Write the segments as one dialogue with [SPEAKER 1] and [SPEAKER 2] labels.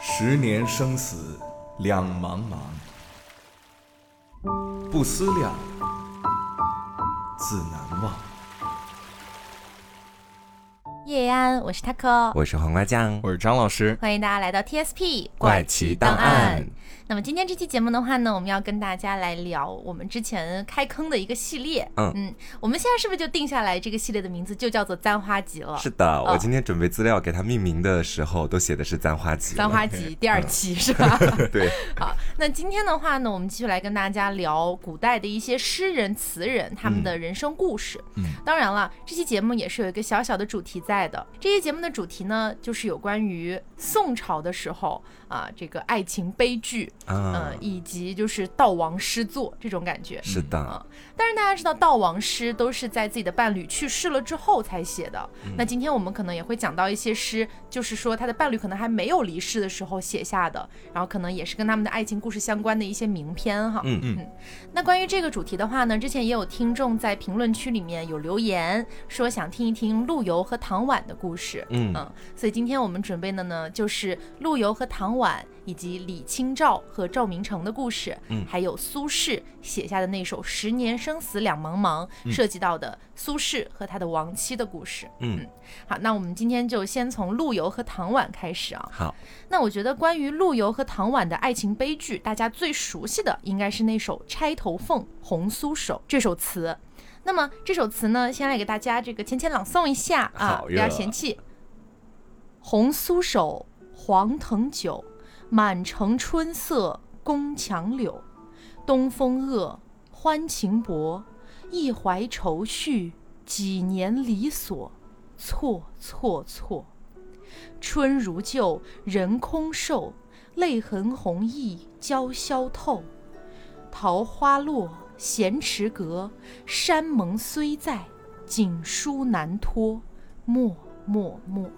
[SPEAKER 1] 十年生死两茫茫，不思量，自难忘。
[SPEAKER 2] 夜安，我是 taco，
[SPEAKER 3] 我是黄瓜酱，
[SPEAKER 1] 我是张老师，
[SPEAKER 2] 欢迎大家来到 TSP
[SPEAKER 3] 嗯怪奇档案。
[SPEAKER 2] 那么今天这期节目的话呢，我们要跟大家来聊我们之前开坑的一个系列。
[SPEAKER 3] 嗯
[SPEAKER 2] 嗯，我们现在是不是就定下来这个系列的名字就叫做《簪花集》了？
[SPEAKER 3] 是的，我今天准备资料给它命名的时候，都写的是簪花集了。
[SPEAKER 2] 簪花集第二 期是吧？
[SPEAKER 3] 对，
[SPEAKER 2] 好，那今天的话呢，我们继续来跟大家聊古代的一些诗人、词人他们的人生故事。
[SPEAKER 1] 嗯嗯
[SPEAKER 2] 当然了，这期节目也是有一个小小的主题在的。这期节目的主题呢，就是有关于宋朝的时候啊、这个爱情悲剧，嗯、
[SPEAKER 3] 啊，
[SPEAKER 2] 以及就是悼亡诗作这种感觉。
[SPEAKER 3] 是的，
[SPEAKER 2] 但是大家知道，悼亡诗都是在自己的伴侣去世了之后才写的。
[SPEAKER 3] 嗯
[SPEAKER 2] 那今天我们可能也会讲到一些诗，就是说他的伴侣可能还没有离世的时候写下的，然后可能也是跟他们的爱情故事相关的一些名篇哈。
[SPEAKER 3] 嗯
[SPEAKER 1] 嗯
[SPEAKER 2] 那关于这个主题的话呢，之前也有听众在评论区里面有留言说想听一听陆游和唐婉的故事。
[SPEAKER 3] 嗯
[SPEAKER 2] 嗯，所以今天我们准备的呢，就是陆游和唐婉，以及李清照和赵明诚的故事，
[SPEAKER 3] 嗯
[SPEAKER 2] 还有苏轼写下的那首《十年生死两茫茫》，涉及到的苏轼和他的亡妻的故事。
[SPEAKER 3] 嗯，
[SPEAKER 2] 好，那我们今天就先从陆游和唐婉开始啊。
[SPEAKER 3] 好，
[SPEAKER 2] 那我觉得关于陆游和唐婉的爱情悲剧，大家最熟悉的应该是那首《钗头凤·红酥手》这首词。那么这首词呢，先来给大家这个浅浅朗诵一下啊，
[SPEAKER 3] 好
[SPEAKER 2] 不要
[SPEAKER 3] 热
[SPEAKER 2] 嫌弃。红酥手，黄藤酒，满城春色宫墙柳。东风恶，欢情薄，一怀愁绪，几年离索，错错错。春如旧，人空瘦，泪痕红浥鲛绡透。桃花落，闲池阁，山盟虽在，锦书难托。莫莫莫。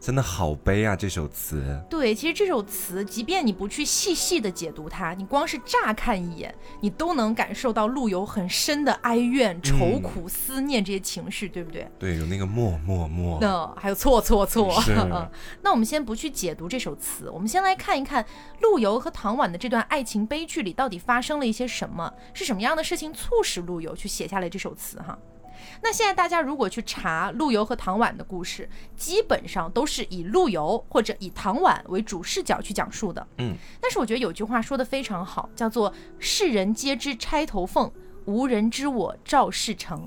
[SPEAKER 3] 真的好悲啊，这首词。
[SPEAKER 2] 对，其实这首词，即便你不去细细的解读它，你光是乍看一眼，你都能感受到陆游很深的哀怨、愁
[SPEAKER 3] 嗯
[SPEAKER 2] 苦、思念这些情绪，对不对？
[SPEAKER 3] 对，有那个默默默，
[SPEAKER 2] 那嗯还有错错错，
[SPEAKER 3] 是
[SPEAKER 2] 嗯那我们先不去解读这首词，我们先来看一看陆游和唐婉的这段爱情悲剧里到底发生了一些什么，是什么样的事情促使陆游去写下来这首词哈。那现在大家如果去查陆游和唐婉的故事，基本上都是以陆游或者以唐婉为主视角去讲述的。
[SPEAKER 3] 嗯，
[SPEAKER 2] 但是我觉得有句话说的非常好，叫做“世人皆知钗头凤，无人知我赵氏成”。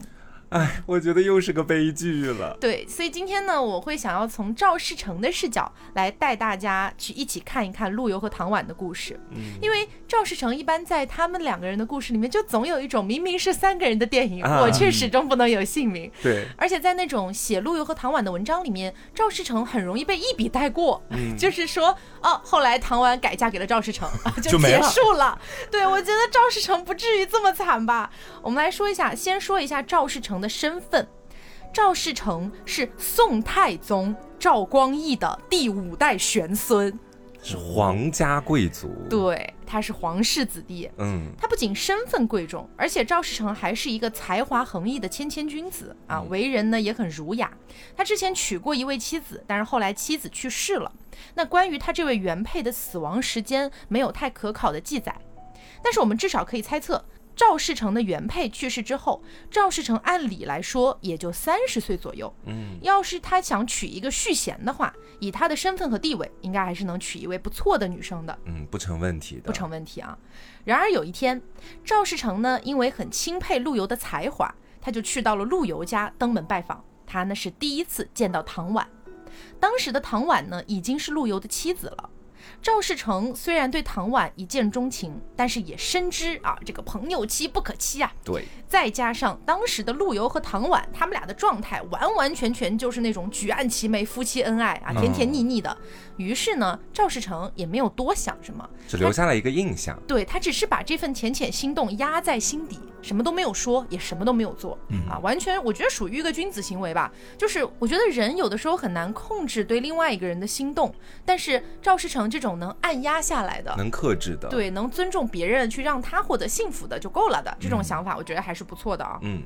[SPEAKER 3] 哎，我觉得又是个悲剧了。
[SPEAKER 2] 对，所以今天呢，我会想要从赵世成的视角来带大家去一起看一看陆游和唐婉的故事，
[SPEAKER 3] 嗯
[SPEAKER 2] 因为赵世成一般在他们两个人的故事里面，就总有一种明明是三个人的电影，
[SPEAKER 3] 啊
[SPEAKER 2] 我却始终不能有姓名。
[SPEAKER 3] 对，
[SPEAKER 2] 而且在那种写陆游和唐婉的文章里面，赵世成很容易被一笔带过，
[SPEAKER 1] 嗯
[SPEAKER 2] 就是说，哦，后来唐婉改嫁给了赵世成， 就
[SPEAKER 1] 就没
[SPEAKER 2] 结
[SPEAKER 1] 了
[SPEAKER 2] 束了。对，我觉得赵世成不至于这么惨吧？我们来说一下，先说一下赵世成的身份。赵世成是宋太宗赵光义的第五代玄孙，
[SPEAKER 3] 是皇家贵族。，
[SPEAKER 2] 对，他是皇室子弟。
[SPEAKER 3] 嗯，
[SPEAKER 2] 他不仅身份贵重，而且赵世成还是一个才华横溢的谦谦君子啊，为人呢也很儒雅。他之前娶过一位妻子，但是后来妻子去世了。那关于他这位原配的死亡时间，没有太可考的记载，但是我们至少可以猜测。赵世成的原配去世之后，赵世成按理来说也就三十岁左右。嗯，要是他想娶一个续弦的话，以他的身份和地位，应该还是能娶一位不错的女生的。
[SPEAKER 3] 嗯，不成问题的。
[SPEAKER 2] 不成问题啊。然而有一天，赵世成呢，因为很钦佩陆游的才华，他就去到了陆游家登门拜访。他呢是第一次见到唐婉，当时的唐婉呢已经是陆游的妻子了。赵世成虽然对唐婉一见钟情，但是也深知啊这个朋友妻不可欺啊。
[SPEAKER 3] 对，
[SPEAKER 2] 再加上当时的陆游和唐婉，他们俩的状态完完全全就是那种举案齐眉、夫妻恩爱啊，甜甜腻腻的。于是呢，赵世成也没有多想什么，
[SPEAKER 3] 只留下了一个印象。
[SPEAKER 2] 对他只是把这份浅浅心动压在心底，什么都没有说，也什么都没有做、啊，完全我觉得属于一个君子行为吧。就是我觉得人有的时候很难控制对另外一个人的心动，但是赵世成这种能按压下来的。
[SPEAKER 3] 能克制的，，
[SPEAKER 2] 对，能尊重别人，去让他获得幸福的就够了的这种想法，我觉得还是不错的啊。
[SPEAKER 3] 嗯，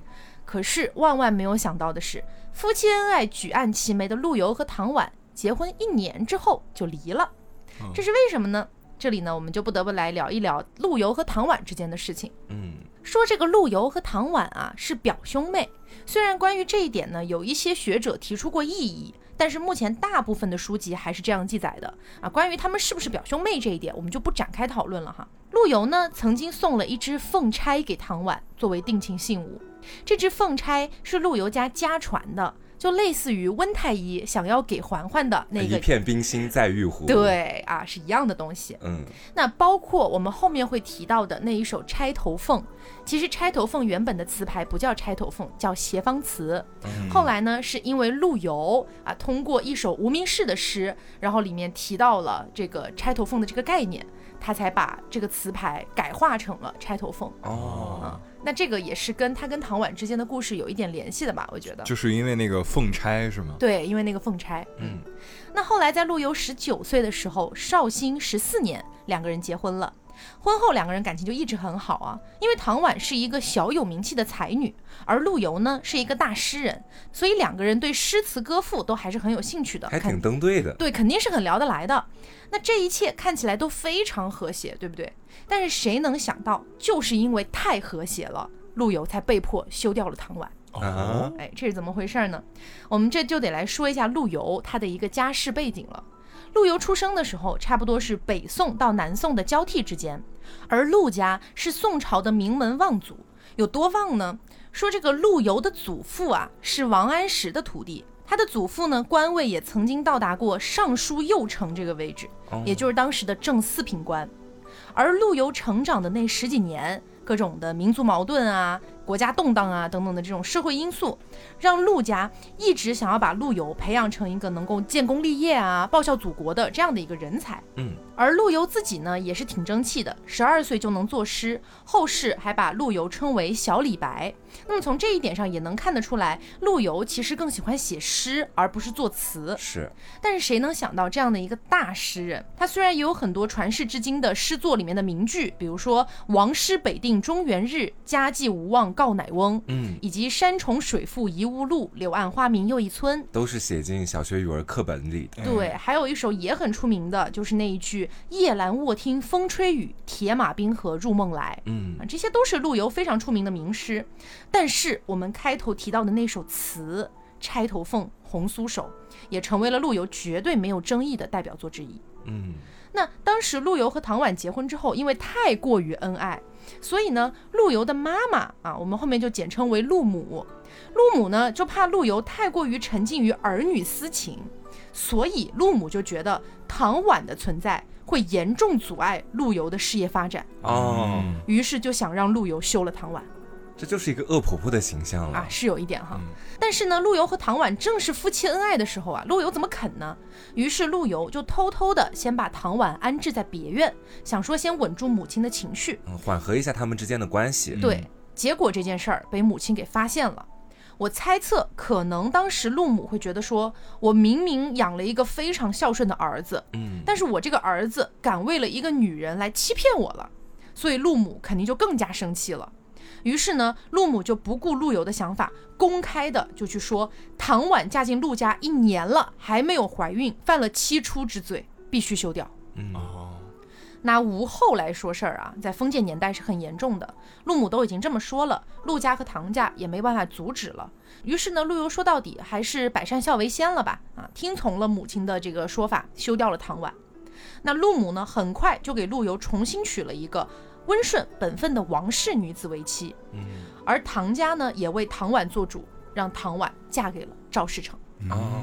[SPEAKER 2] 可是万万没有想到的是，夫妻恩爱举案齐眉的陆游和唐婉，结婚一年之后就离了。
[SPEAKER 3] 嗯
[SPEAKER 2] 这是为什么呢？这里呢，我们就不得不来聊一聊陆游和唐婉之间的事情。
[SPEAKER 3] 嗯
[SPEAKER 2] 说这个陆游和唐婉啊是表兄妹，虽然关于这一点呢，有一些学者提出过异议，但是目前大部分的书籍还是这样记载的啊。关于他们是不是表兄妹这一点，我们就不展开讨论了哈。陆游呢曾经送了一只凤钗给唐婉作为定情信物，这只凤钗是陆游家家传的，就类似于温太医想要给嬛嬛的那
[SPEAKER 3] 哎一
[SPEAKER 2] 个。
[SPEAKER 3] 片冰心在玉壶。，
[SPEAKER 2] 对啊，是一样的东西。
[SPEAKER 3] 嗯
[SPEAKER 2] 那包括我们后面会提到的那一首《钗头凤》，其实《钗头凤》原本的词牌不叫《钗头凤》，叫《斜方词》。后来呢，是因为陆游啊，通过一首无名氏的诗，然后里面提到了这个钗头凤的这个概念，他才把这个词牌改化成了钗头凤。
[SPEAKER 3] 哦，
[SPEAKER 2] 啊，那这个也是跟他跟唐婉之间的故事有一点联系的吧？我觉得。
[SPEAKER 1] 就是因为那个凤钗是吗？
[SPEAKER 2] 对，因为那个凤钗。
[SPEAKER 3] 嗯，
[SPEAKER 2] 那后来在陆游十九岁的时候，绍兴十四年，两个人结婚了。婚后两个人感情就一直很好啊，因为唐婉是一个小有名气的才女，而陆游呢是一个大诗人，所以两个人对诗词歌赋都还是很有兴趣的，
[SPEAKER 3] 还
[SPEAKER 2] 肯
[SPEAKER 3] 挺登对的。
[SPEAKER 2] 对，肯定是很聊得来的。那这一切看起来都非常和谐，对不对？但是谁能想到，就是因为太和谐了，陆游才被迫休掉了唐婉。
[SPEAKER 3] 啊，
[SPEAKER 2] 哎，这是怎么回事儿呢？我们这就得来说一下陆游他的一个家世背景了。陆游出生的时候，差不多是北宋到南宋的交替之间，而陆家是宋朝的名门望族，有多望呢？说这个陆游的祖父啊是王安石的徒弟，他的祖父呢官位也曾经到达过尚书右丞这个位置，
[SPEAKER 3] 哦
[SPEAKER 2] 也就是当时的正四品官。而陆游成长的那十几年，各种的民族矛盾啊、国家动荡啊等等的这种社会因素，让陆家一直想要把陆游培养成一个能够建功立业啊、报效祖国的这样的一个人才。
[SPEAKER 3] 嗯，
[SPEAKER 2] 而陆游自己呢，也是挺争气的，十二岁就能作诗，后世还把陆游称为“小李白”。那么从这一点上也能看得出来，陆游其实更喜欢写诗而不是作词。
[SPEAKER 3] 是
[SPEAKER 2] 但是谁能想到这样的一个大诗人，他虽然也有很多传世至今的诗作里面的名句，比如说“王师北定中原日，家祭无忘告乃翁”，
[SPEAKER 3] 嗯，
[SPEAKER 2] 以及“山重水复疑无路，柳暗花明又一村”。
[SPEAKER 3] 都是写进小学语文课本里的。
[SPEAKER 2] 对，还有一首也很出名的，就是那一句“夜阑卧听风吹雨，铁马冰河入梦来”。
[SPEAKER 3] 嗯
[SPEAKER 2] 啊，这些都是陆游非常出名的名诗。但是我们开头提到的那首词《钗头凤·红酥手》，也成为了陆游绝对没有争议的代表作之一。
[SPEAKER 3] 嗯，
[SPEAKER 2] 那当时陆游和唐婉结婚之后，因为太过于恩爱，所以呢，陆游的妈妈啊，我们后面就简称为陆母。陆母呢，就怕陆游太过于沉浸于儿女私情，所以陆母就觉得唐婉的存在会严重阻碍陆游的事业发展，
[SPEAKER 3] 哦，
[SPEAKER 1] 嗯
[SPEAKER 2] 于是就想让陆游休了唐婉。
[SPEAKER 3] 这就是一个恶婆婆的形象
[SPEAKER 2] 啊
[SPEAKER 3] 了，。
[SPEAKER 2] 是有一点哈。
[SPEAKER 1] 嗯
[SPEAKER 2] 但是呢，陆游和唐婉正是夫妻恩爱的时候啊，陆游怎么肯呢？于是陆游就偷偷的先把唐婉安置在别院，想说先稳住母亲的情绪。
[SPEAKER 3] 嗯，缓和一下他们之间的关系。
[SPEAKER 2] 对，结果这件事儿被母亲给发现了。我猜测，可能当时陆母会觉得说，我明明养了一个非常孝顺的儿子，
[SPEAKER 3] 嗯，
[SPEAKER 2] 但是我这个儿子敢为了一个女人来欺骗我了，所以陆母肯定就更加生气了。于是呢，陆母就不顾陆游的想法，公开的就去说唐婉嫁进陆家一年了，还没有怀孕，犯了七出之罪，必须休掉。
[SPEAKER 3] 嗯，
[SPEAKER 1] 哦，
[SPEAKER 2] 拿吴后来说事儿啊，在封建年代是很严重的。陆母都已经这么说了，陆家和唐家也没办法阻止了。于是呢，陆游说到底还是百善孝为先了吧，啊，听从了母亲的这个说法，休掉了唐婉。那陆母呢，很快就给陆游重新娶了一个温顺本分的王氏女子为妻，
[SPEAKER 3] 嗯
[SPEAKER 2] 而唐家呢，也为唐婉做主，让唐婉嫁给了赵世成。
[SPEAKER 1] 哎
[SPEAKER 3] 哦，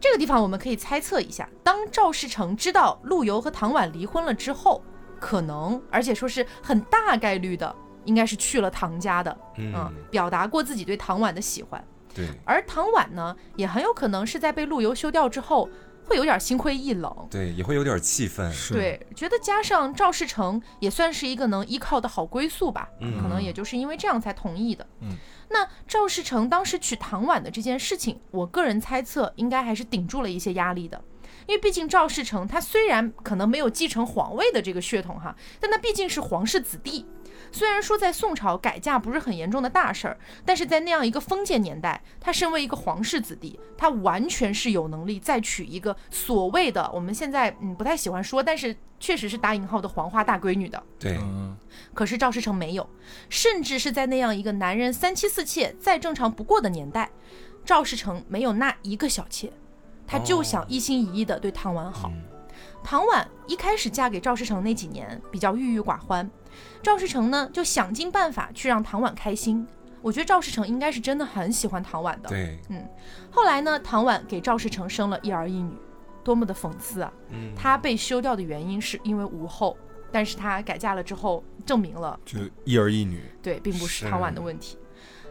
[SPEAKER 2] 这个地方我们可以猜测一下，当赵世成知道陆游和唐婉离婚了之后，可能而且说是很大概率的，应该是去了唐家的，
[SPEAKER 3] 嗯
[SPEAKER 2] 嗯，，表达过自己对唐婉的喜欢。
[SPEAKER 3] 对，
[SPEAKER 2] 而唐婉呢，也很有可能是在被陆游休掉之后，会有点心灰意冷，
[SPEAKER 3] 对，也会有点气愤。
[SPEAKER 1] 是，
[SPEAKER 2] 对，觉得加上赵世成也算是一个能依靠的好归宿吧，可能也就是因为这样才同意的。
[SPEAKER 1] 嗯，
[SPEAKER 2] 那赵世成当时娶唐婉的这件事情，我个人猜测应该还是顶住了一些压力的。因为毕竟赵世成他虽然可能没有继承皇位的这个血统哈，但他毕竟是皇室子弟。虽然说在宋朝改嫁不是很严重的大事儿，但是在那样一个封建年代，他身为一个皇室子弟，他完全是有能力再娶一个所谓的我们现在嗯不太喜欢说，但是确实是打引号的黄花大闺女的。
[SPEAKER 3] 对，
[SPEAKER 1] 嗯，
[SPEAKER 2] 可是赵世成没有，甚至是在那样一个男人三妻四妾再正常不过的年代，赵世成没有那一个小妾，他就想一心一意的对唐婉好。唐婉一开始嫁给赵世成那几年比较郁郁寡欢，赵世成呢就想尽办法去让唐婉开心。我觉得赵世成应该是真的很喜欢唐婉的。
[SPEAKER 3] 对，
[SPEAKER 2] 后来呢，唐婉给赵世成生了一儿一女，多么的讽刺啊！
[SPEAKER 3] 嗯，
[SPEAKER 2] 她被休掉的原因是因为无后，但是她改嫁了之后证明了
[SPEAKER 1] 就一儿一女，
[SPEAKER 2] 对，并不是
[SPEAKER 3] 是
[SPEAKER 2] 唐婉的问题。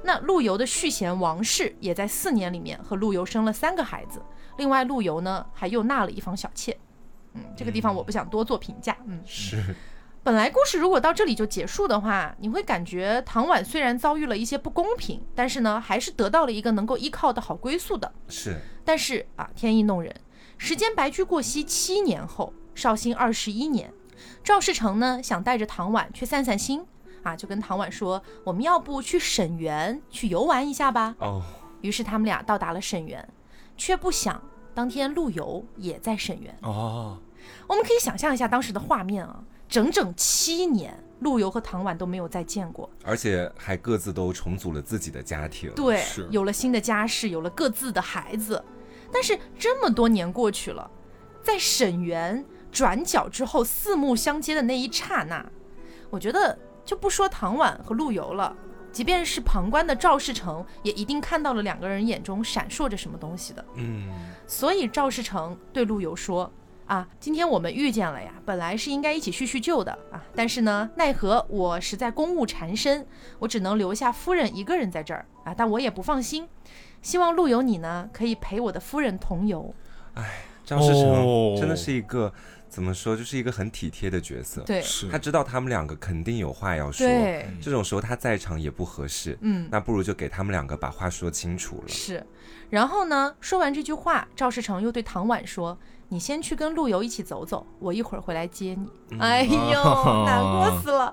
[SPEAKER 2] 那陆游的续弦王氏也在四年里面和陆游生了三个孩子，另外陆游呢还又纳了一房小妾。嗯，这个地方我不想多做评价。嗯，
[SPEAKER 3] 是，
[SPEAKER 2] 本来故事如果到这里就结束的话，你会感觉唐婉虽然遭遇了一些不公平，但是呢还是得到了一个能够依靠的好归宿的。
[SPEAKER 3] 是，
[SPEAKER 2] 但是啊，天意弄人，时间白驹过隙七年后，绍兴二十一年，赵世成呢想带着唐婉去散散心啊，就跟唐婉说，我们要不去沈园去游玩一下吧。
[SPEAKER 3] 哦，
[SPEAKER 2] 于是他们俩到达了沈园，却不想当天陆游也在沈园。
[SPEAKER 1] 哦，
[SPEAKER 2] 我们可以想象一下当时的画面啊，整整七年，陆游和唐婉都没有再见过。
[SPEAKER 3] 而且还各自都重组了自己的家庭。
[SPEAKER 2] 对
[SPEAKER 1] 是，
[SPEAKER 2] 有了新的家室，有了各自的孩子，但是这么多年过去了，在沈园转角之后四目相接的那一刹那，我觉得就不说唐婉和陆游了，即便是旁观的赵世成，也一定看到了两个人眼中闪烁着什么东西的。
[SPEAKER 3] 嗯，
[SPEAKER 2] 所以赵世成对陆游说：“啊，今天我们遇见了呀，本来是应该一起叙叙旧的啊，但是呢，奈何我实在公务缠身，我只能留下夫人一个人在这儿啊，但我也不放心，希望陆游你呢可以陪我的夫人同游。
[SPEAKER 3] 张世成
[SPEAKER 1] 哦
[SPEAKER 3] 真的是一个怎么说，就是一个很体贴的角色。，
[SPEAKER 2] 对
[SPEAKER 1] 是
[SPEAKER 3] 他知道他们两个肯定有话要说，
[SPEAKER 2] 对，
[SPEAKER 3] 这种时候他在场也不合适，
[SPEAKER 2] 嗯，
[SPEAKER 3] 那不如就给他们两个把话说清楚了。
[SPEAKER 2] 是。然后呢，说完这句话，赵世成又对唐婉说。”你先去跟陆游一起走走，我一会儿回来接你。
[SPEAKER 3] 嗯
[SPEAKER 2] 哎呦，难过死了！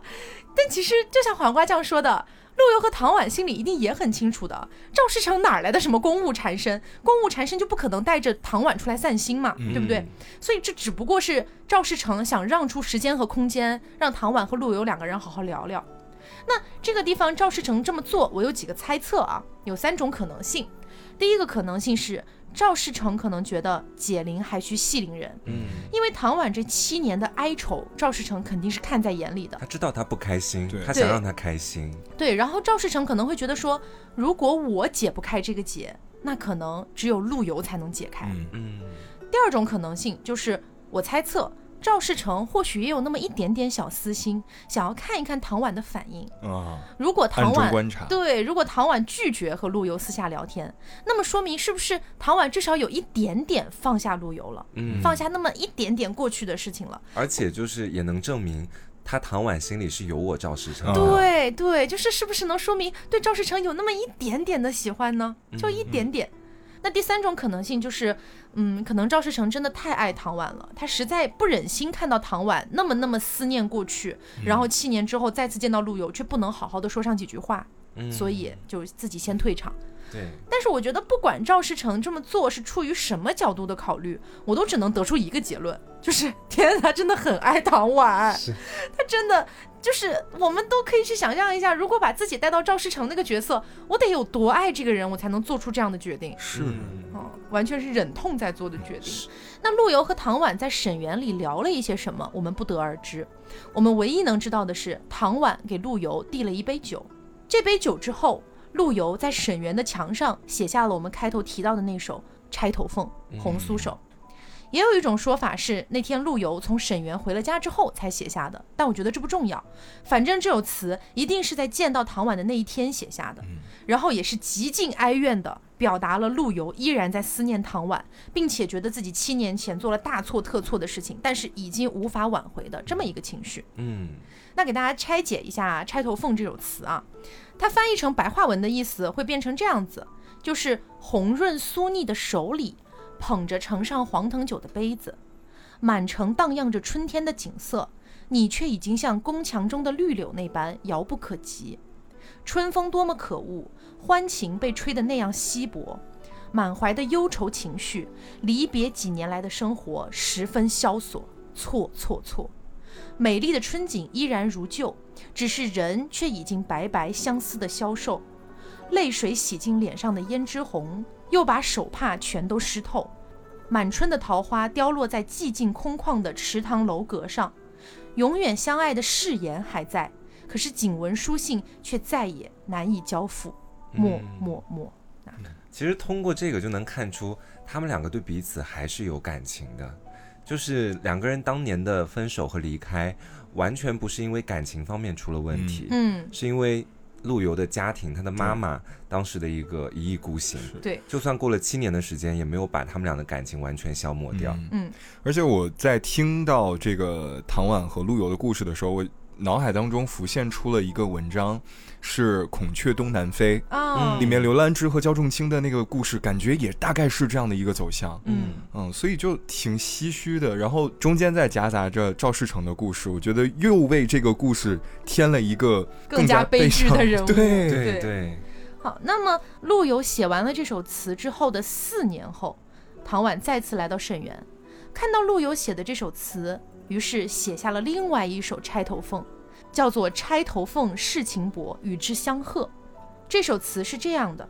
[SPEAKER 2] 但其实就像黄瓜酱说的，陆游和唐婉心里一定也很清楚的，赵世成哪儿来的什么公务缠身？公务缠身就不可能带着唐婉出来散心嘛，
[SPEAKER 3] 嗯
[SPEAKER 2] 对不对？所以这只不过是赵世成想让出时间和空间，让唐婉和陆游两个人好好聊聊。那这个地方赵世成这么做，我有几个猜测啊，有三种可能性。第一个可能性是赵世成可能觉得解铃还须系铃人，
[SPEAKER 3] 嗯，
[SPEAKER 2] 因为唐婉这七年的哀愁，赵世成肯定是看在眼里的。
[SPEAKER 3] 他知道他不开心，
[SPEAKER 1] 对
[SPEAKER 3] 他想让他开心。
[SPEAKER 2] 对，然后赵世成可能会觉得说，如果我解不开这个结，那可能只有陆游才能解开。
[SPEAKER 1] 嗯，
[SPEAKER 3] 嗯，
[SPEAKER 2] 第二种可能性就是，我猜测赵世成或许也有那么一点点小私心，想要看一看唐婉的反应。
[SPEAKER 1] 啊，
[SPEAKER 2] 如果
[SPEAKER 1] 暗
[SPEAKER 2] 唐
[SPEAKER 1] 中
[SPEAKER 2] 婉
[SPEAKER 1] 观察，
[SPEAKER 2] 对，如果唐婉拒绝和陆游私下聊天，那么说明是不是唐婉至少有一点点放下陆游了，
[SPEAKER 3] 嗯
[SPEAKER 2] 放下那么一点点过去的事情了。
[SPEAKER 3] 而且就是也能证明他唐婉心里是有我赵世成。
[SPEAKER 1] 啊
[SPEAKER 2] 对对，就是是不是能说明对赵世成有那么一点点的喜欢呢？就一点点。那第三种可能性就是，嗯，可能赵世成真的太爱唐婉了，他实在不忍心看到唐婉那么那么思念过去，然后七年之后再次见到陆游，却不能好好的说上几句话，
[SPEAKER 3] 嗯
[SPEAKER 2] 所以就自己先退场。
[SPEAKER 3] 对，
[SPEAKER 2] 但是我觉得，不管赵世成这么做是出于什么角度的考虑，我都只能得出一个结论，就是天呐，真的很爱唐婉，他真的就是我们都可以去想象一下，如果把自己带到赵世成那个角色，我得有多爱这个人，我才能做出这样的决定。
[SPEAKER 1] 是
[SPEAKER 3] 嗯
[SPEAKER 2] 嗯，完全是忍痛在做的决定。那陆游和唐婉在沈园里聊了一些什么，我们不得而知。我们唯一能知道的是，唐婉给陆游递了一杯酒，这杯酒之后，陆游在沈园的墙上写下了我们开头提到的那首《钗头凤·红酥手》。也有一种说法是，那天陆游从沈园回了家之后才写下的，但我觉得这不重要。反正这首词一定是在见到唐婉的那一天写下的，然后也是极尽哀怨的表达了陆游依然在思念唐婉，并且觉得自己七年前做了大错特错的事情，但是已经无法挽回的这么一个情绪。
[SPEAKER 3] 嗯，
[SPEAKER 2] 那给大家拆解一下《钗头凤》这首词啊，它翻译成白话文的意思会变成这样子：就是红润酥腻的手里，捧着盛上黄藤酒的杯子，满城荡漾着春天的景色，你却已经像宫墙中的绿柳那般遥不可及。春风多么可恶，欢情被吹得那样稀薄，满怀的忧愁情绪，离别几年来的生活十分萧索，错错错。美丽的春景依然如旧，只是人却已经白白相思的消瘦，泪水洗净脸上的胭脂红，又把手帕全都湿透。满春的桃花凋落在寂静空旷的池塘楼阁上，永远相爱的誓言还在，可是景文书信却再也难以交付。默默默，
[SPEAKER 3] 其实通过这个就能看出，他们两个对彼此还是有感情的。就是两个人当年的分手和离开，完全不是因为感情方面出了问题，
[SPEAKER 2] 嗯，
[SPEAKER 3] 是因为陆游的家庭，他的妈妈当时的一个一意孤行，
[SPEAKER 2] 对，
[SPEAKER 3] 就算过了七年的时间，也没有把他们俩的感情完全消磨掉。
[SPEAKER 2] 嗯，
[SPEAKER 1] 而且我在听到这个唐婉和陆游的故事的时候，我脑海当中浮现出了一个文章，是《孔雀东南飞》
[SPEAKER 2] 啊，
[SPEAKER 1] 里面刘兰芝和焦仲卿的那个故事，感觉也大概是这样的一个走向。
[SPEAKER 2] 嗯
[SPEAKER 1] 嗯，所以就挺唏嘘的。然后中间再夹杂着赵世成的故事，我觉得又为这个故事添了一个
[SPEAKER 2] 更加
[SPEAKER 1] 加
[SPEAKER 2] 悲剧
[SPEAKER 1] 伤
[SPEAKER 2] 的人物
[SPEAKER 1] 对，
[SPEAKER 3] 对
[SPEAKER 2] 对
[SPEAKER 3] 对，
[SPEAKER 2] 好，那么陆游写完了这首词之后的四年后，唐婉再次来到沈园，看到陆游写的这首词，于是写下了另外一首《钗头凤》，叫做《钗头凤世情薄，与之相和》。这首词是这样的：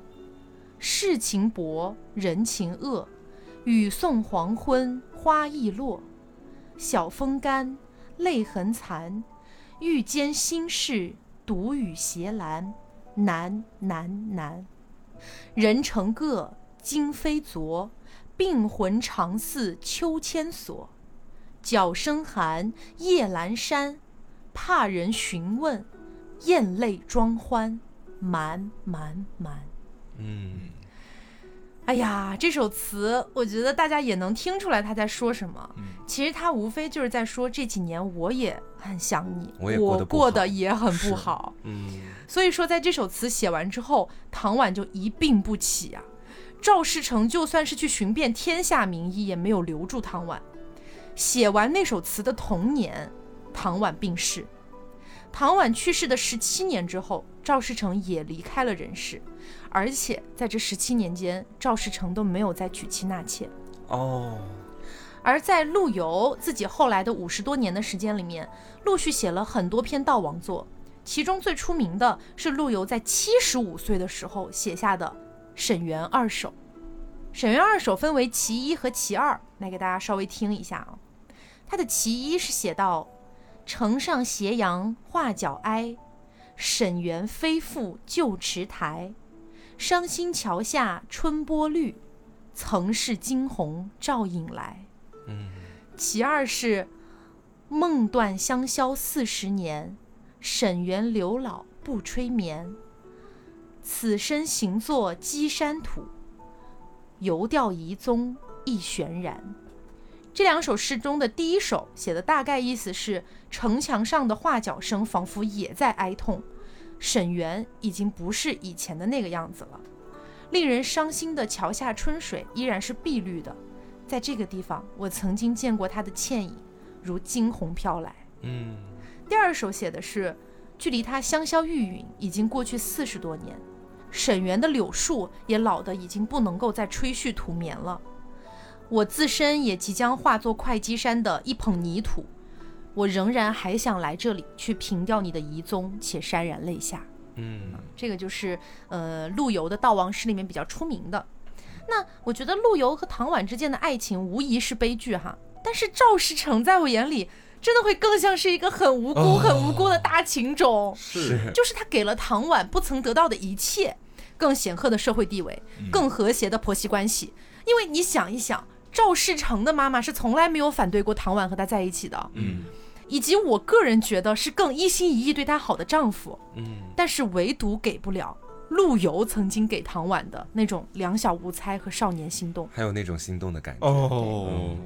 [SPEAKER 2] 世情薄，人情恶，雨送黄昏花易落，晓风干，泪痕残，欲笺心事，独语斜阑。难难难。人成各，今非昨，病魂常似秋千索。角声寒，夜阑珊，怕人询问，咽泪装欢，瞒瞒瞒。
[SPEAKER 3] 嗯，
[SPEAKER 2] 哎呀，这首词，我觉得大家也能听出来他在说什么。
[SPEAKER 1] 嗯
[SPEAKER 2] 其实他无非就是在说这几年我也很想你，
[SPEAKER 3] 我也过
[SPEAKER 2] 我
[SPEAKER 3] 得不
[SPEAKER 2] 过
[SPEAKER 3] 好
[SPEAKER 2] 得也很
[SPEAKER 1] 是
[SPEAKER 2] 不好。
[SPEAKER 3] 嗯，
[SPEAKER 2] 所以说，在这首词写完之后，唐婉就一病不起啊。赵世成就算是去寻遍天下名医，也没有留住唐婉。写完那首词的同年，唐婉病逝。唐婉去世的十七年之后，赵世成也离开了人世，而且在这十七年间，赵世成都没有再娶妻纳妾。
[SPEAKER 3] 哦，
[SPEAKER 2] 而在陆游自己后来的五十多年的时间里面，陆续写了很多篇悼亡作，其中最出名的是陆游在七十五岁的时候写下的《沈园二首》。《沈园二首》分为其一和其二，来给大家稍微听一下啊。它的其一是写到：“城上斜阳画角哀，沈园飞复旧池台。伤心桥下春波绿，曾是惊鸿照影来。”
[SPEAKER 3] 嗯，
[SPEAKER 2] 其二是“梦断香消四十年，沈园柳老不吹眠。此身行作稽山土，游钓遗踪亦悬然。”这两首诗中的第一首写的大概意思是，城墙上的画角声仿佛也在哀痛，沈园已经不是以前的那个样子了。令人伤心的桥下春水依然是碧绿的，在这个地方，我曾经见过他的倩影，如惊鸿飘来。
[SPEAKER 3] 嗯，
[SPEAKER 2] 第二首写的是，距离他香消玉殒已经过去四十多年，沈园的柳树也老得已经不能够再吹絮吐绵了，我自身也即将化作会稽山的一捧泥土，我仍然还想来这里去凭吊你的遗踪，且潸然泪下。
[SPEAKER 3] 嗯，
[SPEAKER 2] 这个就是呃陆游的悼亡诗里面比较出名的。那我觉得陆游和唐婉之间的爱情无疑是悲剧哈，但是赵世成在我眼里真的会更像是一个很无辜、
[SPEAKER 1] 哦
[SPEAKER 2] 很无辜的大情种，
[SPEAKER 1] 是
[SPEAKER 2] 就是他给了唐婉不曾得到的一切，更显赫的社会地位，
[SPEAKER 3] 嗯
[SPEAKER 2] 更和谐的婆媳关系。因为你想一想，赵世成的妈妈是从来没有反对过唐婉和他在一起的，
[SPEAKER 3] 嗯，
[SPEAKER 2] 以及我个人觉得是更一心一意对她好的丈夫。
[SPEAKER 3] 嗯，
[SPEAKER 2] 但是唯独给不了陆游曾经给唐婉的那种两小无猜和少年心动。
[SPEAKER 3] 还有那种心动的感觉。
[SPEAKER 1] 哦，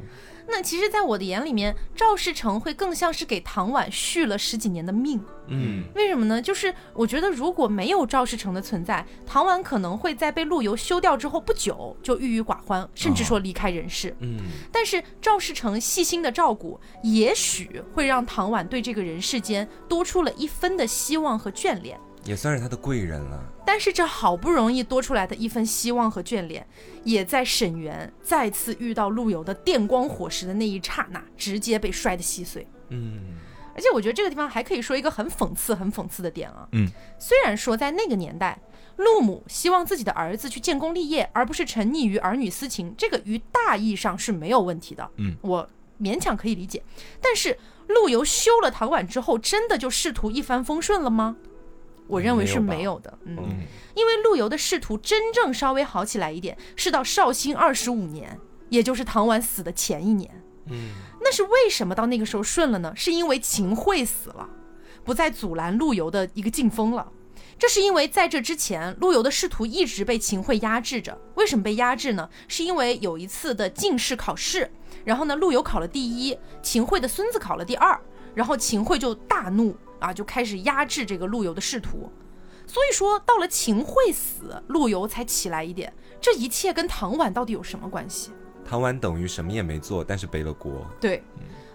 [SPEAKER 2] 那其实，在我的眼里面，赵世成会更像是给唐婉续了十几年的命。
[SPEAKER 3] 嗯，
[SPEAKER 2] 为什么呢？就是我觉得如果没有赵世成的存在，唐婉可能会在被陆游休掉之后不久就郁郁寡欢，甚至说离开人世。
[SPEAKER 3] 嗯，
[SPEAKER 2] 但是赵世成细心的照顾，也许会让唐婉对这个人世间多出了一分的希望和眷恋。
[SPEAKER 3] 也算是他的贵人了。
[SPEAKER 2] 但是这好不容易多出来的一份希望和眷恋，也在沈园再次遇到陆游的电光火石的那一刹那，直接被摔得稀碎。
[SPEAKER 3] 嗯，
[SPEAKER 2] 而且我觉得这个地方还可以说一个很讽刺、很讽刺的点啊。
[SPEAKER 1] 嗯，
[SPEAKER 2] 虽然说在那个年代，陆母希望自己的儿子去建功立业，而不是沉溺于儿女私情，这个于大义上是没有问题的。
[SPEAKER 1] 嗯，
[SPEAKER 2] 我勉强可以理解。但是陆游休了唐婉之后，真的就仕途一帆风顺了吗？我认为是
[SPEAKER 3] 没有吧
[SPEAKER 2] 没有的。嗯，
[SPEAKER 3] 嗯
[SPEAKER 2] 因为陆游的仕途真正稍微好起来一点，是到绍兴二十五年，也就是唐婉死的前一年。
[SPEAKER 3] 嗯，
[SPEAKER 2] 那是为什么到那个时候顺了呢？是因为秦桧死了，不再阻拦陆游的一个进风了。这是因为在这之前，陆游的仕途一直被秦桧压制着。为什么被压制呢？是因为有一次的进士考试，然后呢，陆游考了第一，秦桧的孙子考了第二，然后秦桧就大怒啊，就开始压制这个陆游的仕途。所以说，到了秦桧死，陆游才起来一点。这一切跟唐婉到底有什么关系？
[SPEAKER 3] 唐婉等于什么也没做，但是背了锅。
[SPEAKER 2] 对，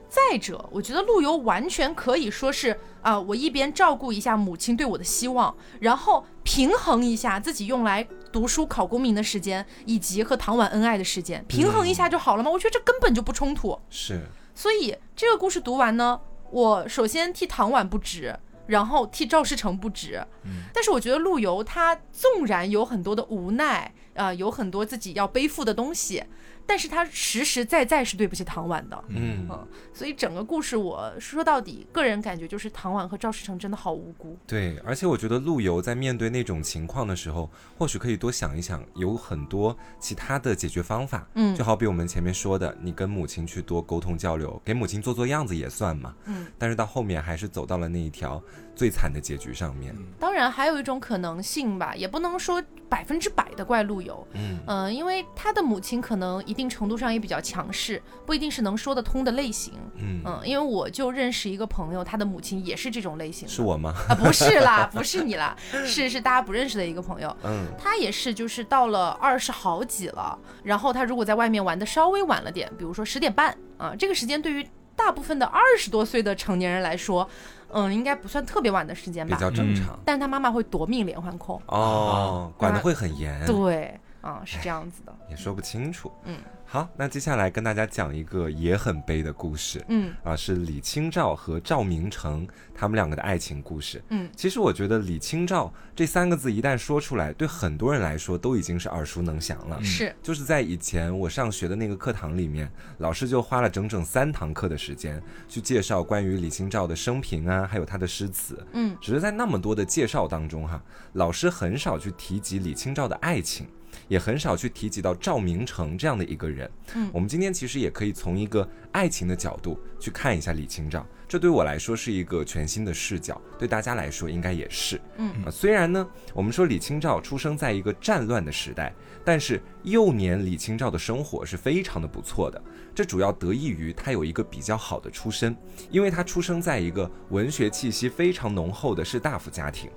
[SPEAKER 2] 再者，我觉得陆游完全可以说是啊、我一边照顾一下母亲对我的希望，然后平衡一下自己用来读书考功名的时间，以及和唐婉恩爱的时间，平衡一下就好了嘛。我觉得这根本就不冲突。
[SPEAKER 3] 是，
[SPEAKER 2] 所以这个故事读完呢，我首先替唐婉不值。然后替赵世成不值，
[SPEAKER 3] 嗯
[SPEAKER 2] 但是我觉得陆游他纵然有很多的无奈，呃，有很多自己要背负的东西，但是他实实在在是对不起唐婉的。
[SPEAKER 3] 嗯，
[SPEAKER 2] 嗯所以整个故事我说到底，个人感觉就是唐婉和赵世成真的好无辜。
[SPEAKER 3] 对，而且我觉得陆游在面对那种情况的时候，或许可以多想一想，有很多其他的解决方法。
[SPEAKER 2] 嗯
[SPEAKER 3] 就好比我们前面说的，你跟母亲去多沟通交流，给母亲做做样子也算嘛。
[SPEAKER 2] 嗯，
[SPEAKER 3] 但是到后面还是走到了那一条最惨的结局上面。
[SPEAKER 2] 当然还有一种可能性吧，也不能说百分之百的怪陆游。
[SPEAKER 3] 嗯
[SPEAKER 2] 嗯、因为他的母亲可能一定程度上也比较强势，不一定是能说得通的类型。
[SPEAKER 3] 嗯，
[SPEAKER 2] 嗯，因为我就认识一个朋友，他的母亲也是这种类型的。
[SPEAKER 3] 是我吗？
[SPEAKER 2] 啊，不是啦，不是你啦，是是大家不认识的一个朋友。
[SPEAKER 3] 嗯
[SPEAKER 2] 他也是，就是到了二十好几了，然后他如果在外面玩的稍微晚了点，比如说十点半啊，这个时间对于大部分的二十多岁的成年人来说，嗯，应该不算特别晚的时间
[SPEAKER 3] 比
[SPEAKER 2] 吧。
[SPEAKER 3] 较正常。
[SPEAKER 2] 但他妈妈会夺命连环扣，
[SPEAKER 3] 哦，管得会很严。
[SPEAKER 2] 对，啊，是这样子的，
[SPEAKER 3] 也说不清楚。
[SPEAKER 2] 嗯，
[SPEAKER 3] 好，那接下来跟大家讲一个也很悲的故事。
[SPEAKER 2] 嗯
[SPEAKER 3] 啊，是李清照和赵明诚他们两个的爱情故事。
[SPEAKER 2] 嗯，
[SPEAKER 3] 其实我觉得李清照这三个字一旦说出来，对很多人来说都已经是耳熟能详了。
[SPEAKER 2] 是，
[SPEAKER 3] 就是在以前我上学的那个课堂里面，老师就花了整整三堂课的时间去介绍关于李清照的生平啊，还有她的诗词。
[SPEAKER 2] 嗯
[SPEAKER 3] 只是在那么多的介绍当中哈，老师很少去提及李清照的爱情，也很少去提及到赵明诚这样的一个人。
[SPEAKER 2] 嗯
[SPEAKER 3] 我们今天其实也可以从一个爱情的角度去看一下李清照，这对我来说是一个全新的视角，对大家来说应该也是。
[SPEAKER 2] 嗯
[SPEAKER 3] 啊，虽然呢，我们说李清照出生在一个战乱的时代，但是幼年李清照的生活是非常的不错的。这主要得益于她有一个比较好的出身，因为她出生在一个文学气息非常浓厚的士大夫家庭。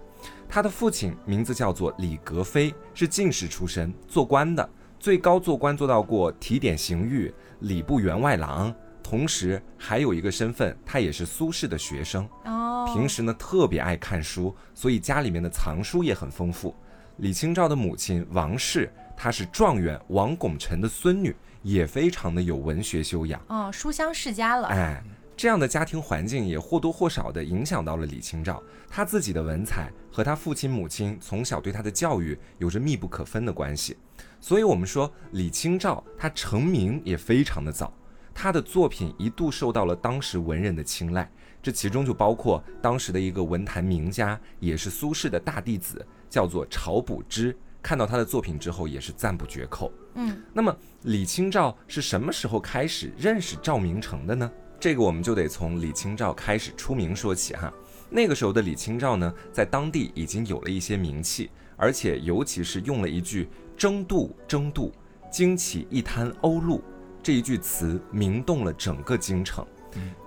[SPEAKER 3] 她的父亲名字叫做李格非，是进士出身，做官的，最高做官做到过提点刑狱、礼部员外郎，同时还有一个身份，他也是苏轼的学生。
[SPEAKER 2] 哦，
[SPEAKER 3] 平时呢特别爱看书，所以家里面的藏书也很丰富。李清照的母亲王氏，她是状元王拱辰的孙女，也非常的有文学修养。
[SPEAKER 2] 啊，书香世家了，
[SPEAKER 3] 哎，这样的家庭环境也或多或少的影响到了李清照，她自己的文采和她父亲母亲从小对她的教育有着密不可分的关系。所以，我们说李清照她成名也非常的早，她的作品一度受到了当时文人的青睐，这其中就包括当时的一个文坛名家，也是苏轼的大弟子，叫做晁补之。看到他的作品之后，也是赞不绝口。
[SPEAKER 2] 嗯
[SPEAKER 3] 那么李清照是什么时候开始认识赵明诚的呢？这个我们就得从李清照开始出名说起哈。那个时候的李清照呢，在当地已经有了一些名气，而且尤其是用了一句“争渡，争渡，惊起一滩鸥鹭”这一句词，名动了整个京城。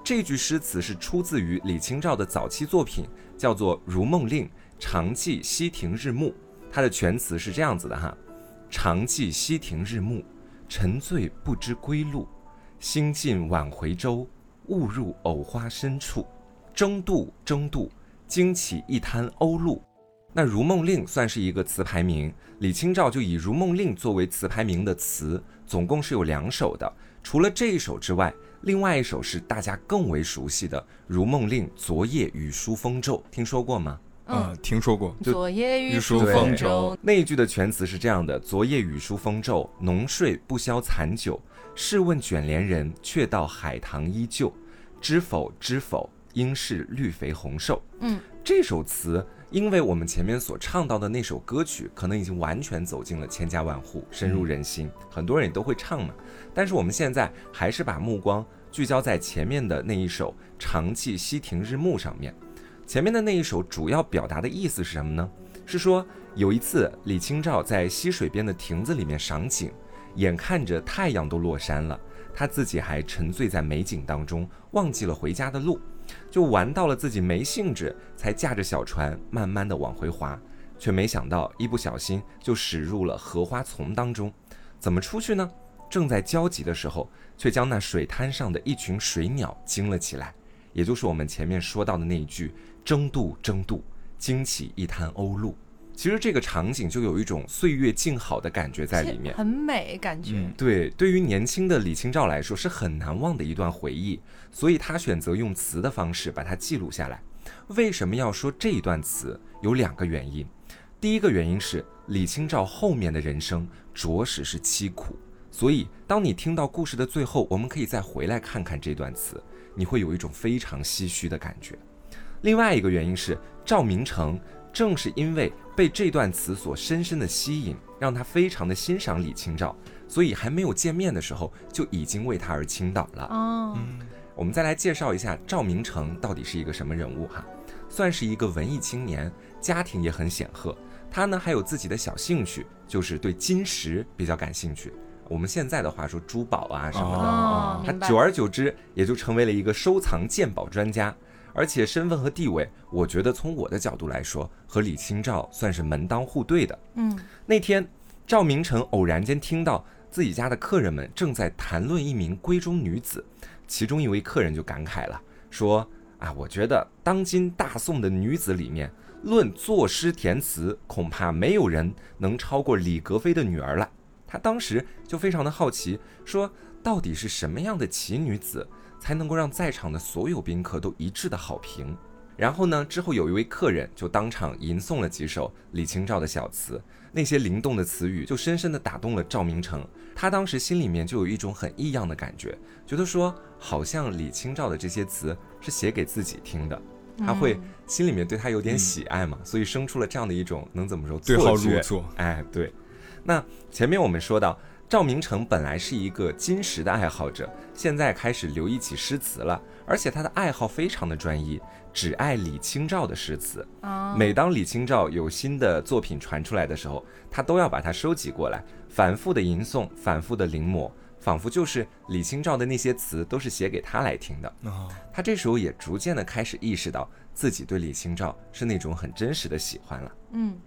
[SPEAKER 3] 这句诗词是出自于李清照的早期作品，叫做《如梦令·长记溪亭日暮》。它的全词是这样子的哈：长记溪亭日暮，沉醉不知归路。兴尽晚回舟，误入藕花深处。争渡，争渡，惊起一滩鸥鹭。那《如梦令》算是一个词牌名，李清照就以《如梦令》作为词牌名的词，总共是有两首的。除了这一首之外，另外一首是大家更为熟悉的《如梦令·昨夜雨疏风骤》，听说过吗？
[SPEAKER 1] 啊，
[SPEAKER 3] 嗯
[SPEAKER 1] 听说过，就
[SPEAKER 2] 嗯昨夜
[SPEAKER 1] 日
[SPEAKER 2] 雨
[SPEAKER 1] 疏
[SPEAKER 3] 风
[SPEAKER 2] 风
[SPEAKER 1] 骤
[SPEAKER 2] 骤，
[SPEAKER 3] 那一句的全词是这样的：“昨夜雨疏风骤，浓睡不消残酒。试问卷帘人，却道海棠依旧。知否，知否，应是绿肥红瘦。”
[SPEAKER 2] 嗯，
[SPEAKER 3] 这首词，因为我们前面所唱到的那首歌曲，可能已经完全走进了千家万户，深入人心，很多人也都会唱嘛。但是我们现在还是把目光聚焦在前面的那一首《长记溪亭日暮》上面。前面的那一首主要表达的意思是什么呢？是说有一次李清照在溪水边的亭子里面赏景，眼看着太阳都落山了，她自己还沉醉在美景当中，忘记了回家的路，就玩到了自己没兴致，才驾着小船慢慢的往回划，却没想到一不小心就驶入了荷花丛当中。怎么出去呢？正在焦急的时候，却将那水滩上的一群水鸟惊了起来，也就是我们前面说到的那一句“争渡，争渡，惊起一滩鸥鹭”。其实这个场景就有一种岁月静好的感觉在里面。
[SPEAKER 2] 很美，感觉
[SPEAKER 1] 嗯
[SPEAKER 3] 对，对于年轻的李清照来说是很难忘的一段回忆，所以她选择用词的方式把它记录下来。为什么要说这一段词？有两个原因。第一个原因是李清照后面的人生着实是凄苦，所以当你听到故事的最后，我们可以再回来看看这段词，你会有一种非常唏嘘的感觉。另外一个原因是赵明诚正是因为被这段词所深深的吸引，让他非常的欣赏李清照，所以还没有见面的时候就已经为他而倾倒了。
[SPEAKER 2] 哦，
[SPEAKER 1] 嗯
[SPEAKER 3] 我们再来介绍一下赵明诚到底是一个什么人物哈，算是一个文艺青年，家庭也很显赫。他呢还有自己的小兴趣，就是对金石比较感兴趣。我们现在的话说珠宝啊什么的，
[SPEAKER 2] 哦
[SPEAKER 3] 他
[SPEAKER 2] 明白
[SPEAKER 3] 久而久之也就成为了一个收藏鉴宝专家。而且身份和地位，我觉得从我的角度来说，和李清照算是门当户对的。
[SPEAKER 2] 嗯，
[SPEAKER 3] 那天，赵明诚偶然间听到自己家的客人们正在谈论一名闺中女子，其中一位客人就感慨了，说：“啊，我觉得当今大宋的女子里面，论作诗填词，恐怕没有人能超过李格非的女儿了。”他当时就非常的好奇，说：“到底是什么样的奇女子，才能够让在场的所有宾客都一致的好评？”然后呢，之后有一位客人就当场吟诵了几首李清照的小词，那些灵动的词语就深深地打动了赵明诚。他当时心里面就有一种很异样的感觉，觉得说好像李清照的这些词是写给自己听的，他会心里面对他有点喜爱嘛，所以生出了这样的一种能怎么说
[SPEAKER 1] 对号
[SPEAKER 3] 错觉
[SPEAKER 1] 入座，
[SPEAKER 3] 哎，对。那前面我们说到，赵明诚本来是一个金石的爱好者，现在开始留意起诗词了，而且他的爱好非常的专一，只爱李清照的诗词。
[SPEAKER 2] 啊，
[SPEAKER 3] 每当李清照有新的作品传出来的时候，他都要把它收集过来，反复的吟诵，反复的临摹，仿佛就是李清照的那些词都是写给他来听的。
[SPEAKER 1] 啊，
[SPEAKER 3] 他这时候也逐渐的开始意识到自己对李清照是那种很真实的喜欢了。
[SPEAKER 2] 嗯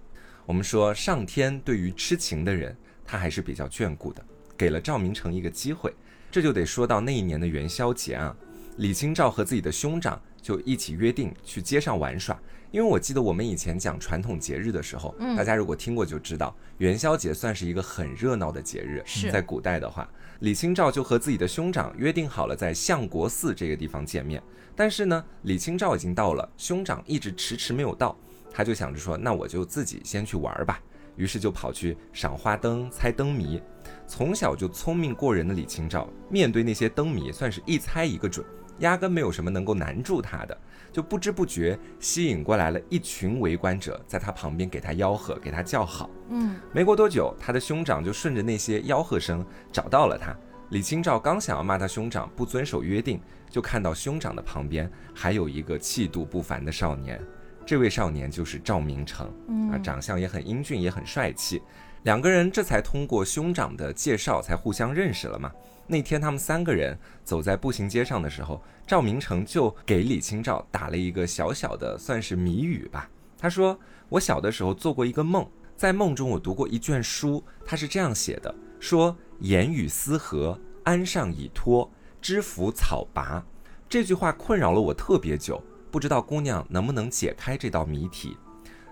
[SPEAKER 3] 我们说上天对于痴情的人，他还是比较眷顾的，给了赵明诚一个机会。这就得说到那一年的元宵节啊，李清照和自己的兄长就一起约定去街上玩耍。因为我记得我们以前讲传统节日的时候，
[SPEAKER 2] 嗯
[SPEAKER 3] 大家如果听过就知道，元宵节算是一个很热闹的节日。
[SPEAKER 2] 是
[SPEAKER 3] 在古代的话，李清照就和自己的兄长约定好了在相国寺这个地方见面。但是呢，李清照已经到了，兄长一直迟迟没有到，他就想着说，那我就自己先去玩儿吧。于是就跑去赏花灯、猜灯谜。从小就聪明过人的李清照，面对那些灯谜，算是一猜一个准，压根没有什么能够难住他的。就不知不觉吸引过来了一群围观者，在他旁边给他吆喝，给他叫好。
[SPEAKER 2] 嗯
[SPEAKER 3] 没过多久，他的兄长就顺着那些吆喝声找到了他。李清照刚想要骂他兄长不遵守约定，就看到兄长的旁边还有一个气度不凡的少年。这位少年就是赵明诚啊，
[SPEAKER 2] 嗯，
[SPEAKER 3] 长相也很英俊，也很帅气。两个人这才通过兄长的介绍才互相认识了嘛。那天他们三个人走在步行街上的时候，赵明诚就给李清照打了一个小小的算是谜语吧。他说：“我小的时候做过一个梦，在梦中我读过一卷书，它是这样写的：说言语思和，安上以托，知府草拔。”这句话困扰了我特别久，不知道姑娘能不能解开这道谜题。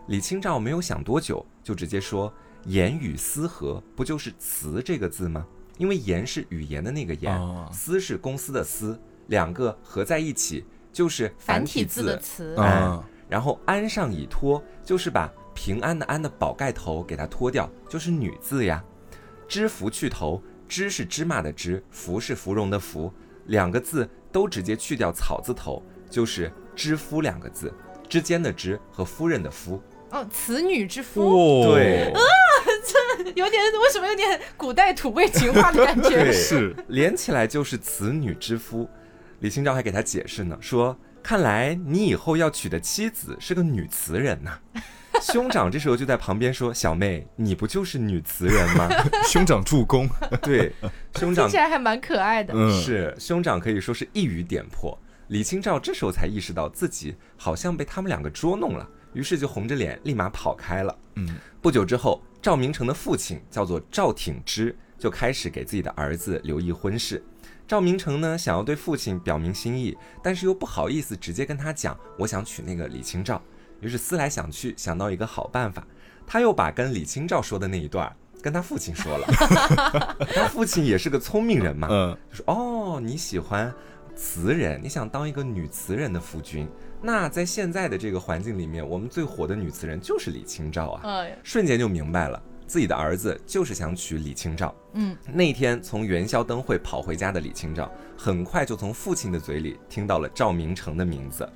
[SPEAKER 3] 李清照没有想多久，就直接说：“言语思和，不就是‘词’这个字吗？因为言是语言的那个言，
[SPEAKER 1] 哦
[SPEAKER 3] 思是公司的思，两个合在一起就是繁
[SPEAKER 2] 繁
[SPEAKER 3] 体
[SPEAKER 2] 体字的
[SPEAKER 3] 字。
[SPEAKER 2] 词，
[SPEAKER 1] 嗯，
[SPEAKER 3] 哎然后安上以托，就是把平安的安的宝盖头给它脱掉，就是女字呀。知福去头，知是芝麻的知，福是芙蓉的福，两个字都直接去掉草字头，就是知夫两个字。之间的知和夫人的夫，
[SPEAKER 2] 哦，此女之夫，
[SPEAKER 1] 哦，
[SPEAKER 3] 对，
[SPEAKER 2] 有点为什么有点古代土味情话的 感觉？
[SPEAKER 3] 对
[SPEAKER 1] 是
[SPEAKER 3] 连起来就是子女之夫。李清照还给他解释呢，说：“看来你以后要娶的妻子是个女词人呐、兄长这时候就在旁边说：“小妹，你不就是女词人吗
[SPEAKER 1] 兄长助攻，？”
[SPEAKER 3] 对，兄
[SPEAKER 2] 听
[SPEAKER 3] 长
[SPEAKER 2] 起来还蛮可爱的。
[SPEAKER 1] 嗯，
[SPEAKER 3] 是兄长，可以说是一语点破。李清照这时候才意识到自己好像被他们两个捉弄了，于是就红着脸立马跑开了。
[SPEAKER 1] 嗯，
[SPEAKER 3] 不久之后，赵明诚的父亲叫做赵挺之，就开始给自己的儿子留意婚事。赵明诚呢，想要对父亲表明心意，但是又不好意思直接跟他讲我想娶那个李清照，于是思来想去，想到一个好办法，他又把跟李清照说的那一段儿跟他父亲说了。 他父亲也是个聪明人嘛，
[SPEAKER 1] 嗯，
[SPEAKER 3] 就说哦，你喜欢词人，你想当一个女词人的夫君。那在现在的这个环境里面，我们最火的女词人就是李清照啊。
[SPEAKER 2] 哎，
[SPEAKER 3] 瞬间就明白了，自己的儿子就是想娶李清照。
[SPEAKER 2] 嗯，
[SPEAKER 3] 那天从元宵灯会跑回家的李清照，很快就从父亲的嘴里听到了赵明诚的名字，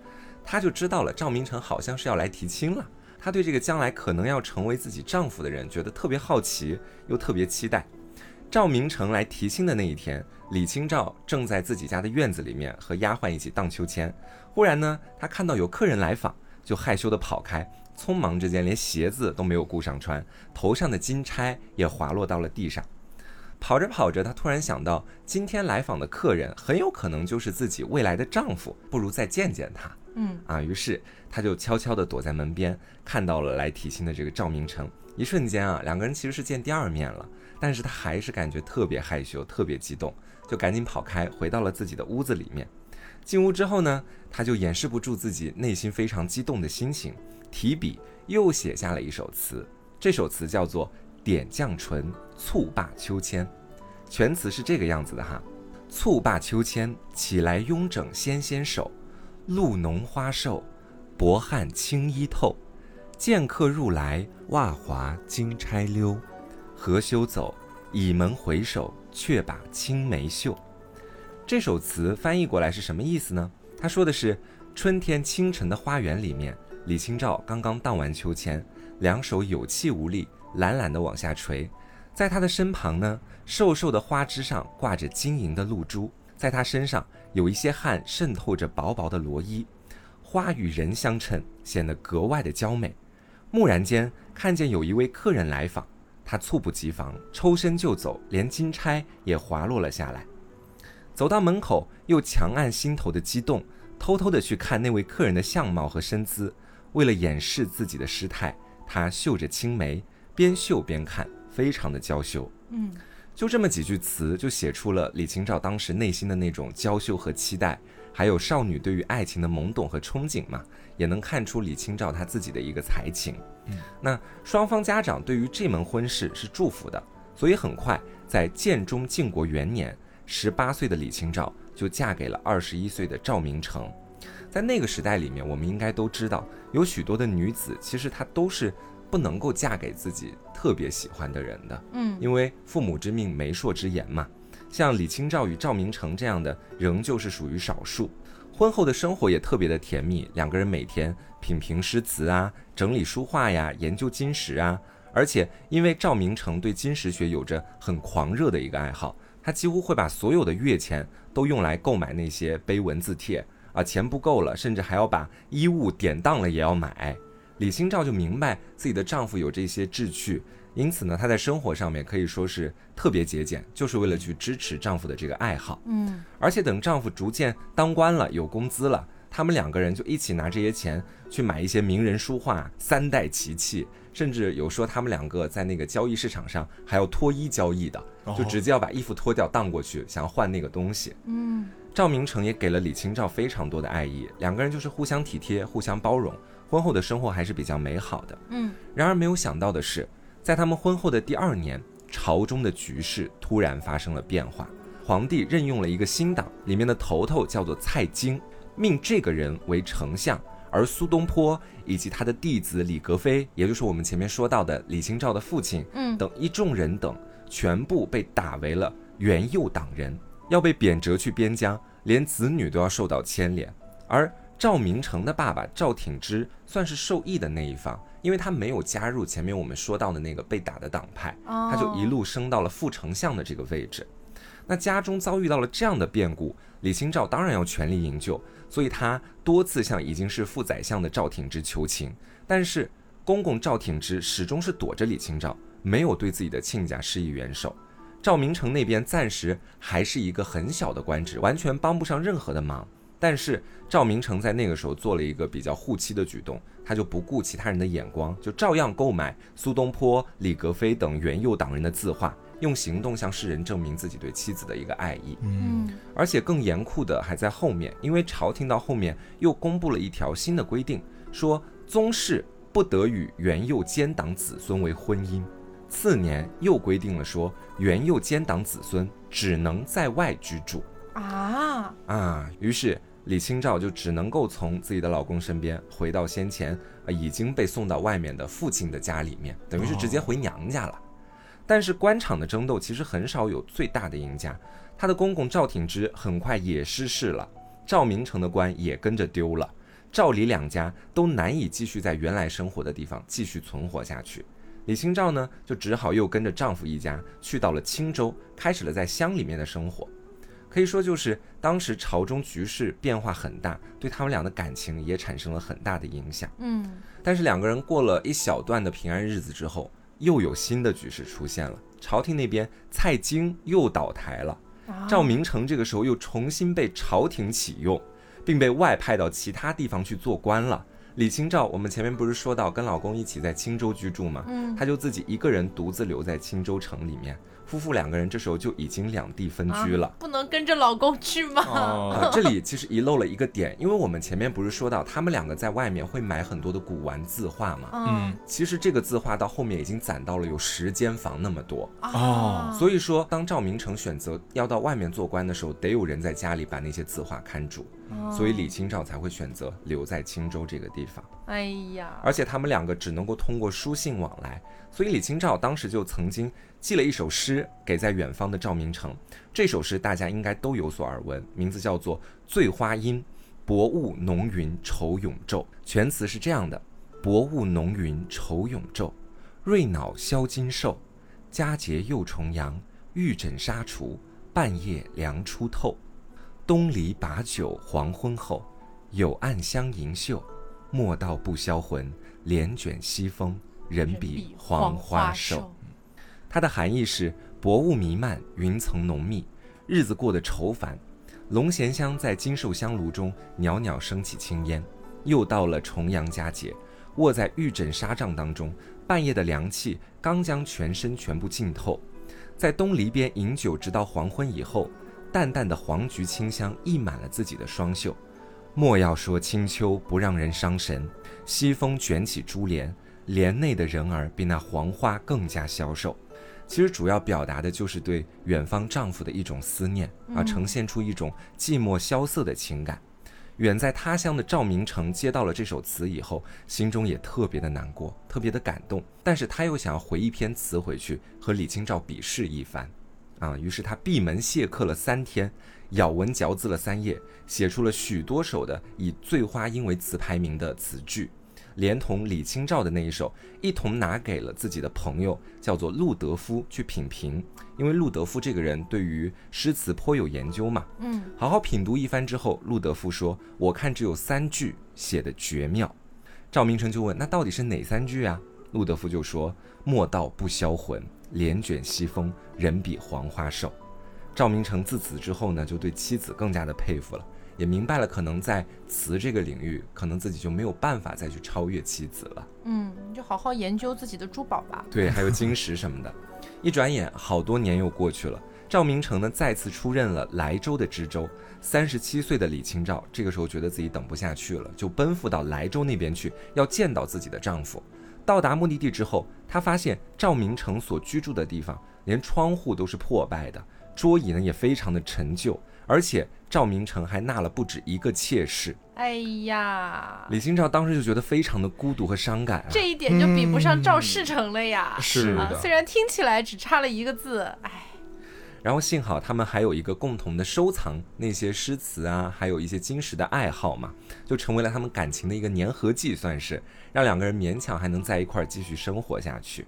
[SPEAKER 3] 他就知道了赵明诚好像是要来提亲了。他对这个将来可能要成为自己丈夫的人觉得特别好奇，又特别期待。赵明诚来提亲的那一天，李清照正在自己家的院子里面和丫鬟一起荡秋千，忽然呢，她看到有客人来访，就害羞的跑开，匆忙之间连鞋子都没有顾上穿，头上的金钗也滑落到了地上。跑着跑着，她突然想到，今天来访的客人很有可能就是自己未来的丈夫，不如再见见他。
[SPEAKER 2] 嗯，
[SPEAKER 3] 啊，于是他就悄悄地躲在门边，看到了来提亲的这个赵明诚。一瞬间啊，两个人其实是见第二面了，但是他还是感觉特别害羞，特别激动，就赶紧跑开，回到了自己的屋子里面。进屋之后呢，他就掩饰不住自己内心非常激动的心情，提笔又写下了一首词。这首词叫做《点绛唇·蹴罢秋千》，全词是这个样子的哈：蹴罢秋千，起来慵整纤纤手，露浓花瘦，薄汗轻衣透。见客入来，袜滑金钗溜。何羞走，倚门回首，却把青梅嗅。这首词翻译过来是什么意思呢？他说的是春天清晨的花园里面，李清照刚刚荡完秋千，两手有气无力，懒懒地往下垂。在她的身旁呢，瘦瘦的花枝上挂着晶莹的露珠，在她身上有一些汗渗透着薄薄的罗衣，花与人相衬，显得格外的娇美。蓦然间看见有一位客人来访，她猝不及防，抽身就走，连金钗也滑落了下来。走到门口，又强按心头的激动，偷偷的去看那位客人的相貌和身姿。为了掩饰自己的失态，她嗅着青梅，边嗅边看，非常的娇羞。
[SPEAKER 2] 嗯，
[SPEAKER 3] 就这么几句词，就写出了李清照当时内心的那种娇羞和期待，还有少女对于爱情的懵懂和憧憬嘛，也能看出李清照她自己的一个才情。
[SPEAKER 1] 嗯，
[SPEAKER 3] 那双方家长对于这门婚事是祝福的，所以很快在建中靖国元年，十八岁的李清照就嫁给了二十一岁的赵明诚。在那个时代里面，我们应该都知道，有许多的女子其实她都是不能够嫁给自己特别喜欢的人的。
[SPEAKER 2] 嗯，
[SPEAKER 3] 因为父母之命，媒妁之言嘛。像李清照与赵明诚这样的，仍旧是属于少数。婚后的生活也特别的甜蜜，两个人每天品评诗词啊，整理书画呀，研究金石啊。而且，因为赵明诚对金石学有着很狂热的一个爱好，他几乎会把所有的月钱都用来购买那些碑文字帖，啊，钱不够了，甚至还要把衣物典当了也要买。李清照就明白自己的丈夫有这些志趣，因此呢，她在生活上面可以说是特别节俭，就是为了去支持丈夫的这个爱好。
[SPEAKER 2] 嗯，
[SPEAKER 3] 而且等丈夫逐渐当官了，有工资了，他们两个人就一起拿这些钱去买一些名人书画、三代奇器，甚至有说他们两个在那个交易市场上还要脱衣交易的，就直接要把衣服脱掉当过去，想要换那个东西。
[SPEAKER 2] 嗯，
[SPEAKER 3] 赵明诚也给了李清照非常多的爱意，两个人就是互相体贴、互相包容，婚后的生活还是比较美好的。
[SPEAKER 2] 嗯，
[SPEAKER 3] 然而没有想到的是，在他们婚后的第二年，朝中的局势突然发生了变化。皇帝任用了一个新党，里面的头头叫做蔡京，命这个人为丞相，而苏东坡以及他的弟子李格非，也就是我们前面说到的李清照的父亲，
[SPEAKER 2] 嗯
[SPEAKER 3] 等一众人等，全部被打为了原右党人，要被贬谪去边疆，连子女都要受到牵连。而赵明诚的爸爸赵挺之算是受益的那一方，因为他没有加入前面我们说到的那个被打的党派，
[SPEAKER 2] 哦
[SPEAKER 3] 他就一路升到了副丞相的这个位置。那家中遭遇到了这样的变故，李清照当然要全力营救，所以她多次向已经是副宰相的赵挺之求情，但是公公赵挺之始终是躲着李清照，没有对自己的亲家施以援手。赵明诚那边暂时还是一个很小的官职，完全帮不上任何的忙。但是赵明诚在那个时候做了一个比较护妻的举动，他就不顾其他人的眼光，就照样购买苏东坡、李格非等原右党人的字画，用行动向世人证明自己对妻子的一个爱意。
[SPEAKER 1] 嗯，
[SPEAKER 2] 嗯
[SPEAKER 3] 而且更严酷的还在后面，因为朝廷到后面又公布了一条新的规定，说宗室不得与原右奸党子孙为婚姻。次年又规定了说，原右奸党子孙只能在外居住
[SPEAKER 2] 啊，
[SPEAKER 3] 啊。于是李清照就只能够从自己的老公身边回到先前、呃已经被送到外面的父亲的家里面，等于是直接回娘家了。但是官场的争斗其实很少有最大的赢家，他的公公赵挺之很快也失势了，赵明诚的官也跟着丢了，赵李两家都难以继续在原来生活的地方继续存活下去。李清照呢，就只好又跟着丈夫一家去到了青州，开始了在乡里面的生活。可以说，就是当时朝中局势变化很大，对他们俩的感情也产生了很大的影响。
[SPEAKER 2] 嗯
[SPEAKER 3] 但是两个人过了一小段的平安日子之后，又有新的局势出现了。朝廷那边，蔡京又倒台了，
[SPEAKER 2] 啊，
[SPEAKER 3] 赵明诚这个时候又重新被朝廷启用，并被外派到其他地方去做官了。李清照，我们前面不是说到跟老公一起在青州居住吗？
[SPEAKER 2] 嗯
[SPEAKER 3] 她就自己一个人独自留在青州城里面，夫妇两个人这时候就已经两地分居了
[SPEAKER 2] 啊。不能跟着老公去吗？
[SPEAKER 1] 哦，
[SPEAKER 3] 啊， 这里其实遗漏了一个点，因为我们前面不是说到他们两个在外面会买很多的古玩字画
[SPEAKER 2] 哦
[SPEAKER 3] 吗？
[SPEAKER 2] 啊
[SPEAKER 1] 嗯，
[SPEAKER 3] 其实这个字画到后面已经攒到了有十间房那么多，
[SPEAKER 2] 啊，
[SPEAKER 3] 哦所以说当赵明诚选择要到外面做官的时候，得有人在家里把那些字画看住，
[SPEAKER 2] 哦
[SPEAKER 3] 所以李清照才会选择留在青州这个地方。
[SPEAKER 2] 哎呀，
[SPEAKER 3] 而且他们两个只能够通过书信往来，所以李清照当时就曾经寄了一首诗给在远方的赵明诚。这首诗大家应该都有所耳闻，名字叫做《醉花阴》。薄雾浓云愁永昼，全词是这样的：薄雾浓云愁永昼，瑞脑消金兽，佳节又重阳，玉枕纱厨，半夜凉初透。东篱把酒黄昏后，有暗香盈袖。莫道不销魂，帘卷西风，人比黄花瘦。，它的含义是薄雾弥漫，云层浓密，日子过得愁烦。龙涎香在金兽香炉中袅袅升起青烟，又到了重阳佳节，卧在玉枕纱帐当中，半夜的凉气刚将全身全部浸透，在东篱边饮酒，直到黄昏以后，淡淡的黄菊清香溢满了自己的双袖。莫要说清秋不让人伤神，西风卷起珠帘，帘内的人儿比那黄花更加消瘦。其实主要表达的就是对远方丈夫的一种思念啊，
[SPEAKER 2] 嗯
[SPEAKER 3] 呈现出一种寂寞萧瑟的情感。远在他乡的赵明诚接到了这首词以后，心中也特别的难过，特别的感动，但是他又想要回一篇词回去和李清照比试一番，啊，于是他闭门谢客了三天，咬文嚼字了三夜，写出了许多首的以“醉花阴”为词牌名的词句。连同李清照的那一首，一同拿给了自己的朋友，叫做陆德夫去品评。因为陆德夫这个人对于诗词颇有研究嘛，
[SPEAKER 2] 嗯，
[SPEAKER 3] 好好品读一番之后，陆德夫说：“我看只有三句写的绝妙。”赵明诚就问：“那到底是哪三句啊？”陆德夫就说：“莫道不销魂，帘卷西风，人比黄花瘦。”赵明诚自此之后呢，就对妻子更加的佩服了，也明白了可能在词这个领域，可能自己就没有办法再去超越妻子了。
[SPEAKER 2] 嗯，你就好好研究自己的珠宝吧。
[SPEAKER 3] 对，还有金石什么的。 一转眼，好多年又过去了。赵明诚呢，再次出任了莱州的知州。三十七岁的李清照，这个时候觉得自己等不下去了，就奔赴到莱州那边去，要见到自己的丈夫。到达目的地之后，她发现赵明诚所居住的地方，连窗户都是破败的，桌椅呢也非常的陈旧，而且赵明诚还纳了不止一个妾室。
[SPEAKER 2] 哎呀，
[SPEAKER 3] 李清照当时就觉得非常的孤独和伤感啊。
[SPEAKER 2] 啊这一点就比不上赵世成了
[SPEAKER 3] 嗯
[SPEAKER 2] 呀。
[SPEAKER 1] 是
[SPEAKER 2] 啊，虽
[SPEAKER 1] 的，
[SPEAKER 2] 然听起来只差了一个字，哎，
[SPEAKER 3] 然后幸好他们还有一个共同的收藏那些诗词啊，还有一些金石的爱好嘛，就成为了他们感情的一个粘合剂，算是让两个人勉强还能在一块儿继续生活下去。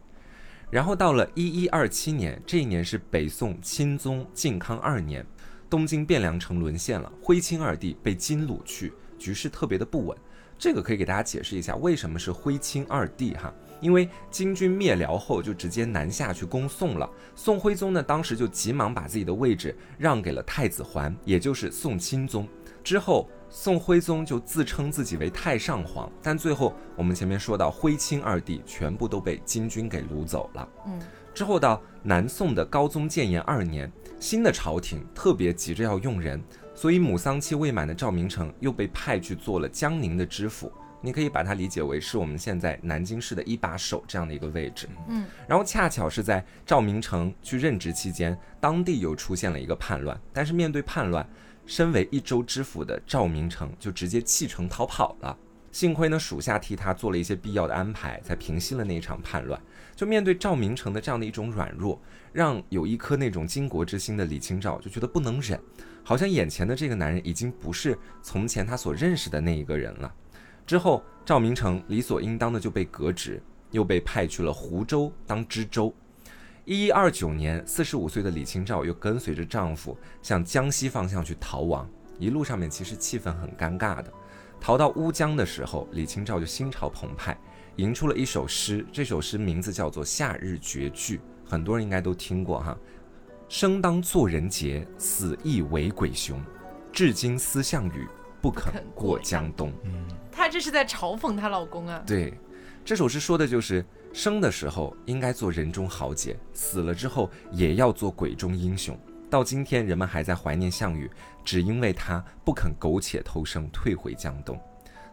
[SPEAKER 3] 然后到了一一二七年，这一年是北宋钦宗靖康二年，东京汴梁城沦陷了，徽钦二帝被金掳去，局势特别的不稳。这个可以给大家解释一下，为什么是徽钦二帝哈？因为金军灭辽后就直接南下去攻宋了，宋徽宗呢当时就急忙把自己的位置让给了太子桓，也就是宋钦宗。之后，宋徽宗就自称自己为太上皇，但最后我们前面说到徽钦二帝全部都被金军给掳走了。
[SPEAKER 2] 嗯，
[SPEAKER 3] 之后到南宋的高宗建炎二年，新的朝廷特别急着要用人，所以母丧期未满的赵明诚又被派去做了江宁的知府。你可以把它理解为是我们现在南京市的一把手这样的一个位置。
[SPEAKER 2] 嗯，
[SPEAKER 3] 然后恰巧是在赵明诚去任职期间，当地又出现了一个叛乱，但是面对叛乱，身为一州知府的赵明诚就直接弃城逃跑了。幸亏呢，属下替他做了一些必要的安排，才平息了那一场叛乱。就面对赵明诚的这样的一种软弱，让有一颗那种巾帼之心的李清照就觉得不能忍，好像眼前的这个男人已经不是从前他所认识的那一个人了。之后，赵明诚理所应当的就被革职，又被派去了湖州当知州。一一二九年，四十五岁的李清照又跟随着丈夫向江西方向去逃亡，一路上面其实气氛很尴尬的。逃到乌江的时候，李清照就心潮澎湃，吟出了一首诗，这首诗名字叫做《夏日绝句》，很多人应该都听过哈。生当作人杰，死亦为鬼雄。至今思项羽，不肯
[SPEAKER 2] 肯过
[SPEAKER 3] 过江东。
[SPEAKER 1] 嗯，
[SPEAKER 2] 她这是在嘲讽她老公啊。
[SPEAKER 3] 对，这首诗说的就是生的时候应该做人中豪杰，死了之后也要做鬼中英雄。到今天，人们还在怀念项羽，只因为他不肯苟且偷生，退回江东。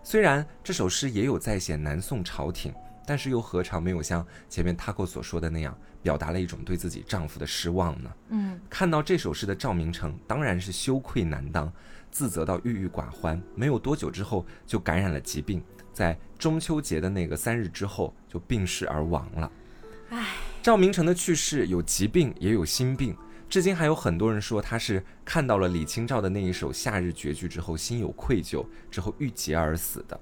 [SPEAKER 3] 虽然这首诗也有再现南宋朝廷，但是又何尝没有像前面 Taco 所说的那样，表达了一种对自己丈夫的失望呢？
[SPEAKER 2] 嗯，
[SPEAKER 3] 看到这首诗的赵明诚当然是羞愧难当，自责到郁郁寡欢。没有多久之后就感染了疾病，在中秋节的那个三日之后就病逝而亡了。
[SPEAKER 2] 唉，
[SPEAKER 3] 赵明诚的去世有疾病也有心病，至今还有很多人说他是看到了李清照的那一首《夏日绝句》之后心有愧疚，之后郁结而死的。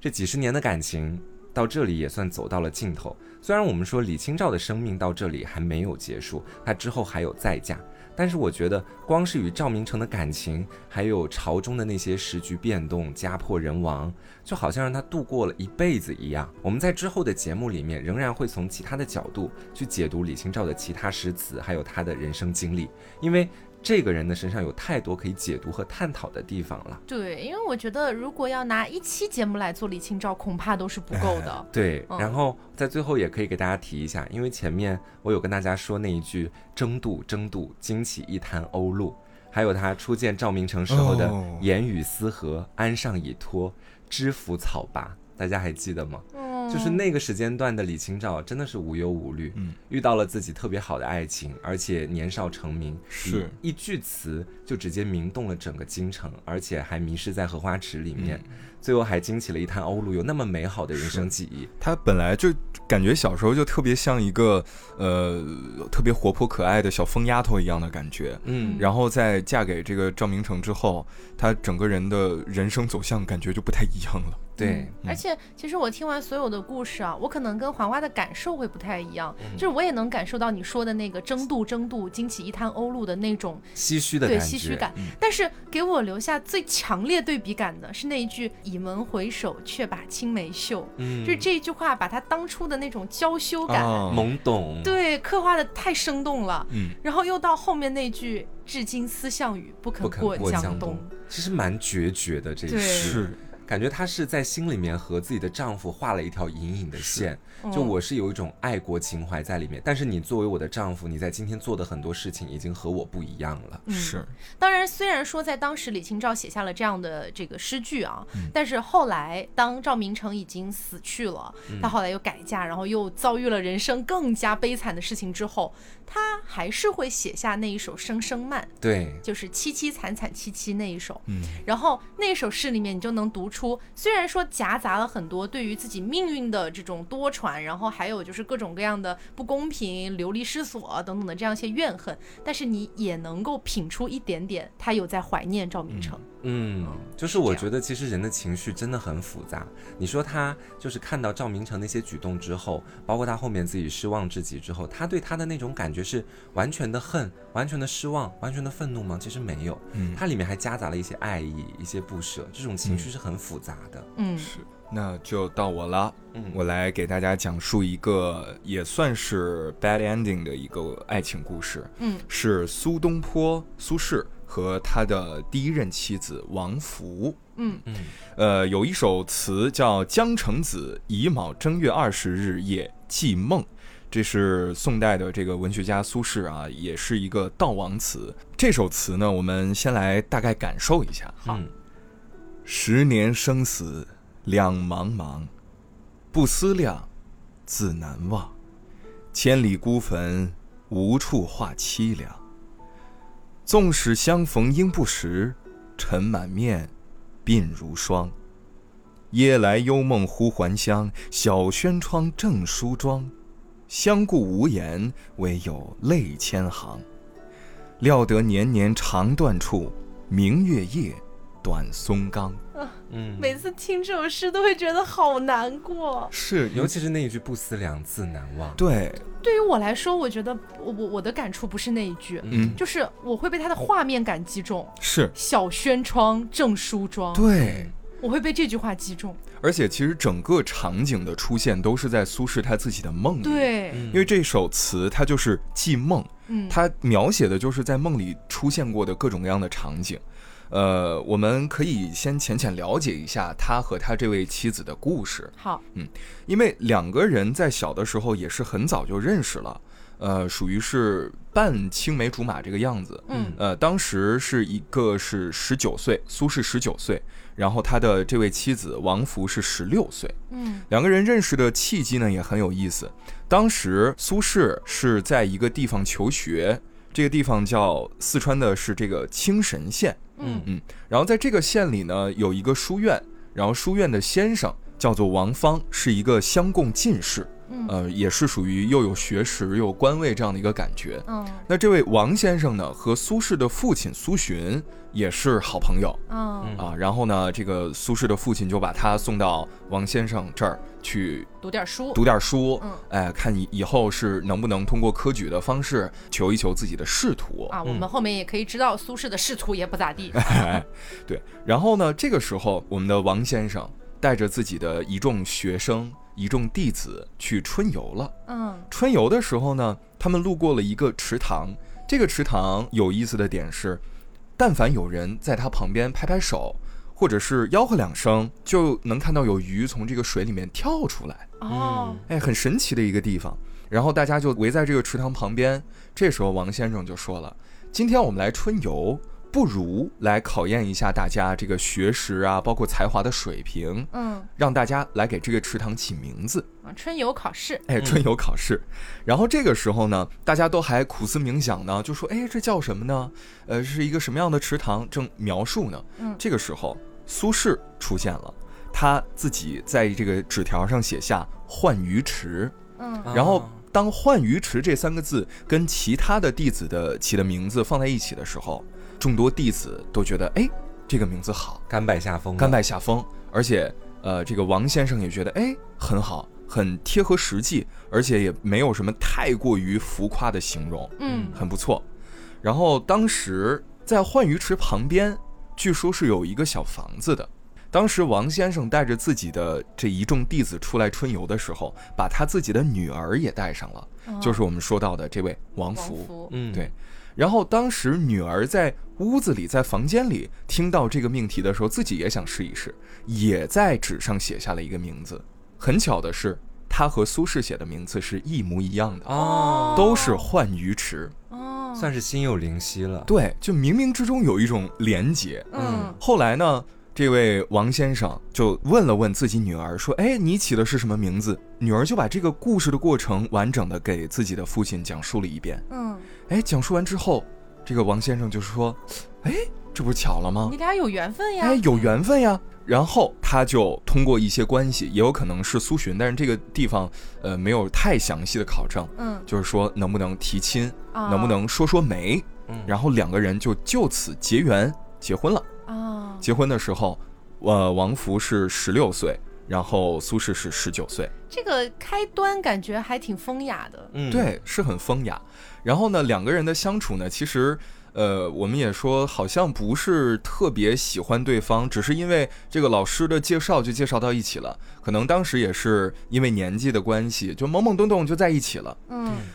[SPEAKER 3] 这几十年的感情到这里也算走到了尽头。虽然我们说李清照的生命到这里还没有结束，她之后还有再嫁，但是我觉得光是与赵明诚的感情，还有朝中的那些时局变动、家破人亡，就好像让她度过了一辈子一样。我们在之后的节目里面仍然会从其他的角度去解读李清照的其他诗词，还有她的人生经历，因为这个人的身上有太多可以解读和探讨的地方了。
[SPEAKER 2] 对，因为我觉得如果要拿一期节目来做李清照，恐怕都是不够的。
[SPEAKER 3] 对，
[SPEAKER 2] 嗯
[SPEAKER 3] 然后在最后也可以给大家提一下，因为前面我有跟大家说那一句“争渡，争渡，惊起一滩鸥鹭”，还有他初见赵明诚时候的
[SPEAKER 1] 哦
[SPEAKER 3] “言语思和，安上已脱，知府草拔”，大家还记得吗？
[SPEAKER 2] 嗯，
[SPEAKER 3] 哎就是那个时间段的李清照真的是无忧无虑，
[SPEAKER 1] 嗯
[SPEAKER 3] 遇到了自己特别好的爱情，而且年少成名，
[SPEAKER 1] 是
[SPEAKER 3] 以一句词就直接鸣动了整个京城，而且还迷失在荷花池里
[SPEAKER 1] 嗯
[SPEAKER 3] 面，最后还惊起了一滩鸥鹭，有那么美好的人生记忆。
[SPEAKER 1] 他本来就感觉小时候就特别像一个呃特别活泼可爱的小疯丫头一样的感觉，
[SPEAKER 3] 嗯，
[SPEAKER 1] 然后在嫁给这个赵明诚之后，她整个人的人生走向感觉就不太一样了。
[SPEAKER 3] 对，
[SPEAKER 2] 嗯而且其实我听完所有的故事啊，我可能跟黄瓜的感受会不太一样，
[SPEAKER 3] 嗯
[SPEAKER 2] 就是我也能感受到你说的那个争渡争渡，惊起一滩鸥鹭的那种
[SPEAKER 3] 唏嘘的
[SPEAKER 2] 对
[SPEAKER 3] 感觉，嗯
[SPEAKER 2] 唏嘘感。但是给我留下最强烈对比感的是那一句“倚门回首，却把青梅嗅”，
[SPEAKER 3] 嗯，哦
[SPEAKER 2] 就是这一句话把他当初的那种娇羞感，
[SPEAKER 1] 啊，
[SPEAKER 3] 懵懂，，
[SPEAKER 2] 对刻画的太生动了。
[SPEAKER 1] 嗯，
[SPEAKER 2] 然后又到后面那句“至今思项羽，不肯
[SPEAKER 3] 不肯过
[SPEAKER 2] 江
[SPEAKER 3] 江东，其实蛮决绝的这一
[SPEAKER 2] 对
[SPEAKER 3] 诗，
[SPEAKER 1] 是
[SPEAKER 3] 感觉她是在心里面和自己的丈夫画了一条隐隐的线，
[SPEAKER 2] 嗯
[SPEAKER 3] 就我是哦有一种爱国情怀在里面，但是你作为我的丈夫，你在今天做的很多事情已经和我不一样了。
[SPEAKER 2] 嗯
[SPEAKER 1] 是，
[SPEAKER 2] 当然，虽然说在当时李清照写下了这样的这个诗句啊，但是后来当赵明诚已经死去了，他后来又改嫁，然后又遭遇了人生更加悲惨的事情之后，他还是会写下那一首《声声慢
[SPEAKER 3] 对》，，
[SPEAKER 2] 就是凄凄惨惨戚戚那一首。
[SPEAKER 1] 嗯，
[SPEAKER 2] 然后那首诗里面，你就能读出，虽然说夹杂了很多对于自己命运的这种多舛，然后还有就是各种各样的不公平、流离失所等等的这样一些怨恨，但是你也能够品出一点点，他有在怀念赵明诚。
[SPEAKER 3] 嗯，就是我觉得其实人的情绪真的很复杂。你说他就是看到赵明诚那些举动之后，包括他后面自己失望至极之后，他对他的那种感觉是完全的恨、完全的失望、完全的愤怒吗？其实没有，
[SPEAKER 1] 嗯
[SPEAKER 3] 它里面还夹杂了一些爱意、一些不舍，这种情绪是很复杂的。
[SPEAKER 2] 嗯
[SPEAKER 1] 是，那就到我了。
[SPEAKER 3] 嗯
[SPEAKER 1] 我来给大家讲述一个也算是 bad ending 的一个爱情故事，
[SPEAKER 2] 嗯
[SPEAKER 1] 是苏东坡苏轼和他的第一任妻子王弗。
[SPEAKER 2] 嗯
[SPEAKER 3] 嗯
[SPEAKER 1] 呃，有一首词叫《江城子·乙卯正月二十日夜寄梦》，这是宋代的这个文学家苏轼啊，也是一个悼亡词。这首词呢，我们先来大概感受一下。
[SPEAKER 3] 嗯
[SPEAKER 1] 十年生死两茫茫，不思量，自难忘。千里孤坟，无处话凄凉。纵使相逢应不识，尘满面，鬓如霜。夜来幽梦忽还乡，小轩窗正梳妆。相顾无言，唯有泪千行。料得年年肠断处，明月夜，短松冈。
[SPEAKER 3] 嗯，
[SPEAKER 2] 每次听这首诗都会觉得好难过。
[SPEAKER 1] 是
[SPEAKER 3] 尤其是那一句“不思量，自难忘
[SPEAKER 1] 嗯对，
[SPEAKER 2] 对于我来说，我觉得我我我的感触不是那一句，
[SPEAKER 1] 嗯，
[SPEAKER 2] 就是我会被他的画面感击中。
[SPEAKER 1] 是
[SPEAKER 2] 小轩窗正梳妆，
[SPEAKER 1] 对。
[SPEAKER 2] 我会被这句话击中。
[SPEAKER 1] 而且其实整个场景的出现都是在苏轼他自己的梦里，，
[SPEAKER 2] 对，
[SPEAKER 3] 嗯
[SPEAKER 1] 因为这首词它就是记梦，
[SPEAKER 2] 嗯，
[SPEAKER 1] 它描写的就是在梦里出现过的各种各样的场景。呃，我们可以先浅浅了解一下他和他这位妻子的故事。
[SPEAKER 2] 好，
[SPEAKER 1] 因为两个人在小的时候也是很早就认识了，呃，属于是半青梅竹马这个样子。
[SPEAKER 2] 嗯
[SPEAKER 1] 呃，当时是一个是十九岁，苏轼十九岁，然后他的这位妻子王弗是十六岁。
[SPEAKER 2] 嗯
[SPEAKER 1] 两个人认识的契机呢也很有意思。当时苏轼是在一个地方求学，这个地方叫四川的是这个青神县。
[SPEAKER 2] 嗯
[SPEAKER 1] 嗯，然后在这个县里呢，有一个书院，然后书院的先生叫做王芳，是一个乡共进士，
[SPEAKER 2] 嗯
[SPEAKER 1] 呃，也是属于又有学识又有官位这样的一个感觉。
[SPEAKER 2] 嗯
[SPEAKER 1] 那这位王先生呢，和苏轼的父亲苏洵也是好朋友
[SPEAKER 2] 嗯，
[SPEAKER 3] 嗯
[SPEAKER 1] 啊。然后呢，这个苏轼的父亲就把他送到王先生这儿去
[SPEAKER 2] 读点书，
[SPEAKER 1] 读点书，
[SPEAKER 2] 嗯
[SPEAKER 1] 哎，看以以后是能不能通过科举的方式求一求自己的仕途。
[SPEAKER 2] 啊，我们后面也可以知道苏轼的仕途也不咋地。
[SPEAKER 1] 哎对，然后呢，这个时候我们的王先生带着自己的一众学生、一众弟子去春游了。
[SPEAKER 2] 嗯
[SPEAKER 1] 春游的时候呢，他们路过了一个池塘，这个池塘有意思的点是，但凡有人在他旁边拍拍手。或者是吆喝两声，就能看到有鱼从这个水里面跳出来。
[SPEAKER 2] 哦，
[SPEAKER 1] 哎，很神奇的一个地方。然后大家就围在这个池塘旁边。这时候王先生就说了：“今天我们来春游，不如来考验一下大家这个学识啊，包括才华的水平，
[SPEAKER 2] 嗯，
[SPEAKER 1] 让大家来给这个池塘起名字。
[SPEAKER 2] 啊春游考试，”
[SPEAKER 1] 哎，春游考试。然后这个时候呢，大家都还苦思冥想呢，就说：“哎，这叫什么呢？呃，是一个什么样的池塘？”正描述呢。
[SPEAKER 2] 嗯
[SPEAKER 1] 这个时候苏轼出现了，他自己在这个纸条上写下“浣鱼池”。
[SPEAKER 2] 嗯
[SPEAKER 3] 啊
[SPEAKER 1] 然后当“浣鱼池”这三个字跟其他的弟子的起的名字放在一起的时候，众多弟子都觉得，哎，这个名字好，
[SPEAKER 3] 甘拜下风了，
[SPEAKER 1] 甘拜下风，而且呃，这个王先生也觉得哎很好，很贴合实际，而且也没有什么太过于浮夸的形容，
[SPEAKER 2] 嗯
[SPEAKER 1] 很不错。然后当时在浣鱼池旁边，据说是有一个小房子的。当时王先生带着自己的这一众弟子出来春游的时候，把他自己的女儿也带上了，
[SPEAKER 2] 哦
[SPEAKER 1] 就是我们说到的这位王
[SPEAKER 2] 王
[SPEAKER 1] 福。
[SPEAKER 2] 福，
[SPEAKER 3] 嗯，
[SPEAKER 1] 对，然后当时女儿在屋子里，在房间里听到这个命题的时候，自己也想试一试，也在纸上写下了一个名字。很巧的是，她和苏轼写的名字是一模一样的，
[SPEAKER 3] 哦，
[SPEAKER 1] 都是浣鱼池。
[SPEAKER 2] 哦，
[SPEAKER 3] 算是心有灵犀了。
[SPEAKER 1] 对，就冥冥之中有一种连结。
[SPEAKER 2] 嗯
[SPEAKER 1] 后来呢，这位王先生就问了问自己女儿，说：“哎，你起的是什么名字？”女儿就把这个故事的过程完整的给自己的父亲讲述了一遍。
[SPEAKER 2] 嗯，
[SPEAKER 1] 哎，讲述完之后，这个王先生就说：“哎，这不巧了吗
[SPEAKER 2] 你？俩有缘分呀，
[SPEAKER 1] 哎，有缘分呀。”然后他就通过一些关系，也有可能是苏洵，但是这个地方呃没有太详细的考证，
[SPEAKER 2] 嗯，
[SPEAKER 1] 就是说能不能提亲，
[SPEAKER 2] 啊
[SPEAKER 1] 能不能说说媒，
[SPEAKER 3] 嗯，
[SPEAKER 1] 然后两个人就就此结缘结婚了。
[SPEAKER 2] 啊？
[SPEAKER 1] 结婚的时候，呃，王福是十六岁，然后苏轼是十九岁。
[SPEAKER 2] 这个开端感觉还挺风雅的，
[SPEAKER 3] 嗯，
[SPEAKER 1] 对，是很风雅。然后呢，两个人的相处呢，其实，呃，我们也说好像不是特别喜欢对方，只是因为这个老师的介绍就介绍到一起了。可能当时也是因为年纪的关系，就懵懵懂懂就在一起了。
[SPEAKER 2] 嗯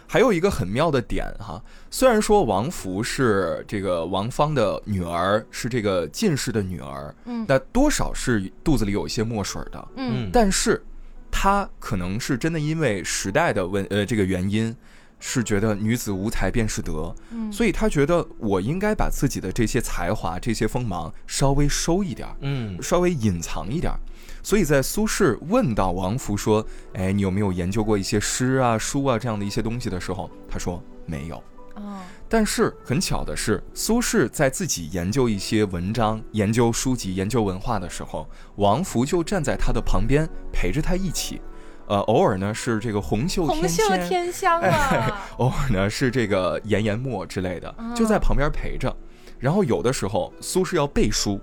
[SPEAKER 1] 还有一个很妙的点哈，虽然说王福是这个王芳的女儿，是这个进士的女儿，
[SPEAKER 2] 嗯
[SPEAKER 1] 那多少是肚子里有一些墨水的。
[SPEAKER 2] 嗯
[SPEAKER 1] 但是他可能是真的因为时代的问呃这个原因，是觉得女子无才便是德，
[SPEAKER 2] 嗯，
[SPEAKER 1] 所以他觉得我应该把自己的这些才华、这些锋芒稍微收一点儿，
[SPEAKER 3] 嗯，
[SPEAKER 1] 稍微隐藏一点儿。所以在苏轼问到王弗说：“哎，你有没有研究过一些诗啊、书啊这样的一些东西的时候？”他说：“没有。”
[SPEAKER 2] 啊
[SPEAKER 1] 但是很巧的是，苏轼在自己研究一些文章、研究书籍、研究文化的时候，王弗就站在他的旁边陪着他一起。呃，偶尔呢是这个红袖
[SPEAKER 2] 红
[SPEAKER 1] 添
[SPEAKER 2] 袖
[SPEAKER 1] 香，
[SPEAKER 2] 添香啊，
[SPEAKER 1] 偶尔呢是这个颜延墨之类的，就在旁边陪着。然后有的时候苏轼要背书，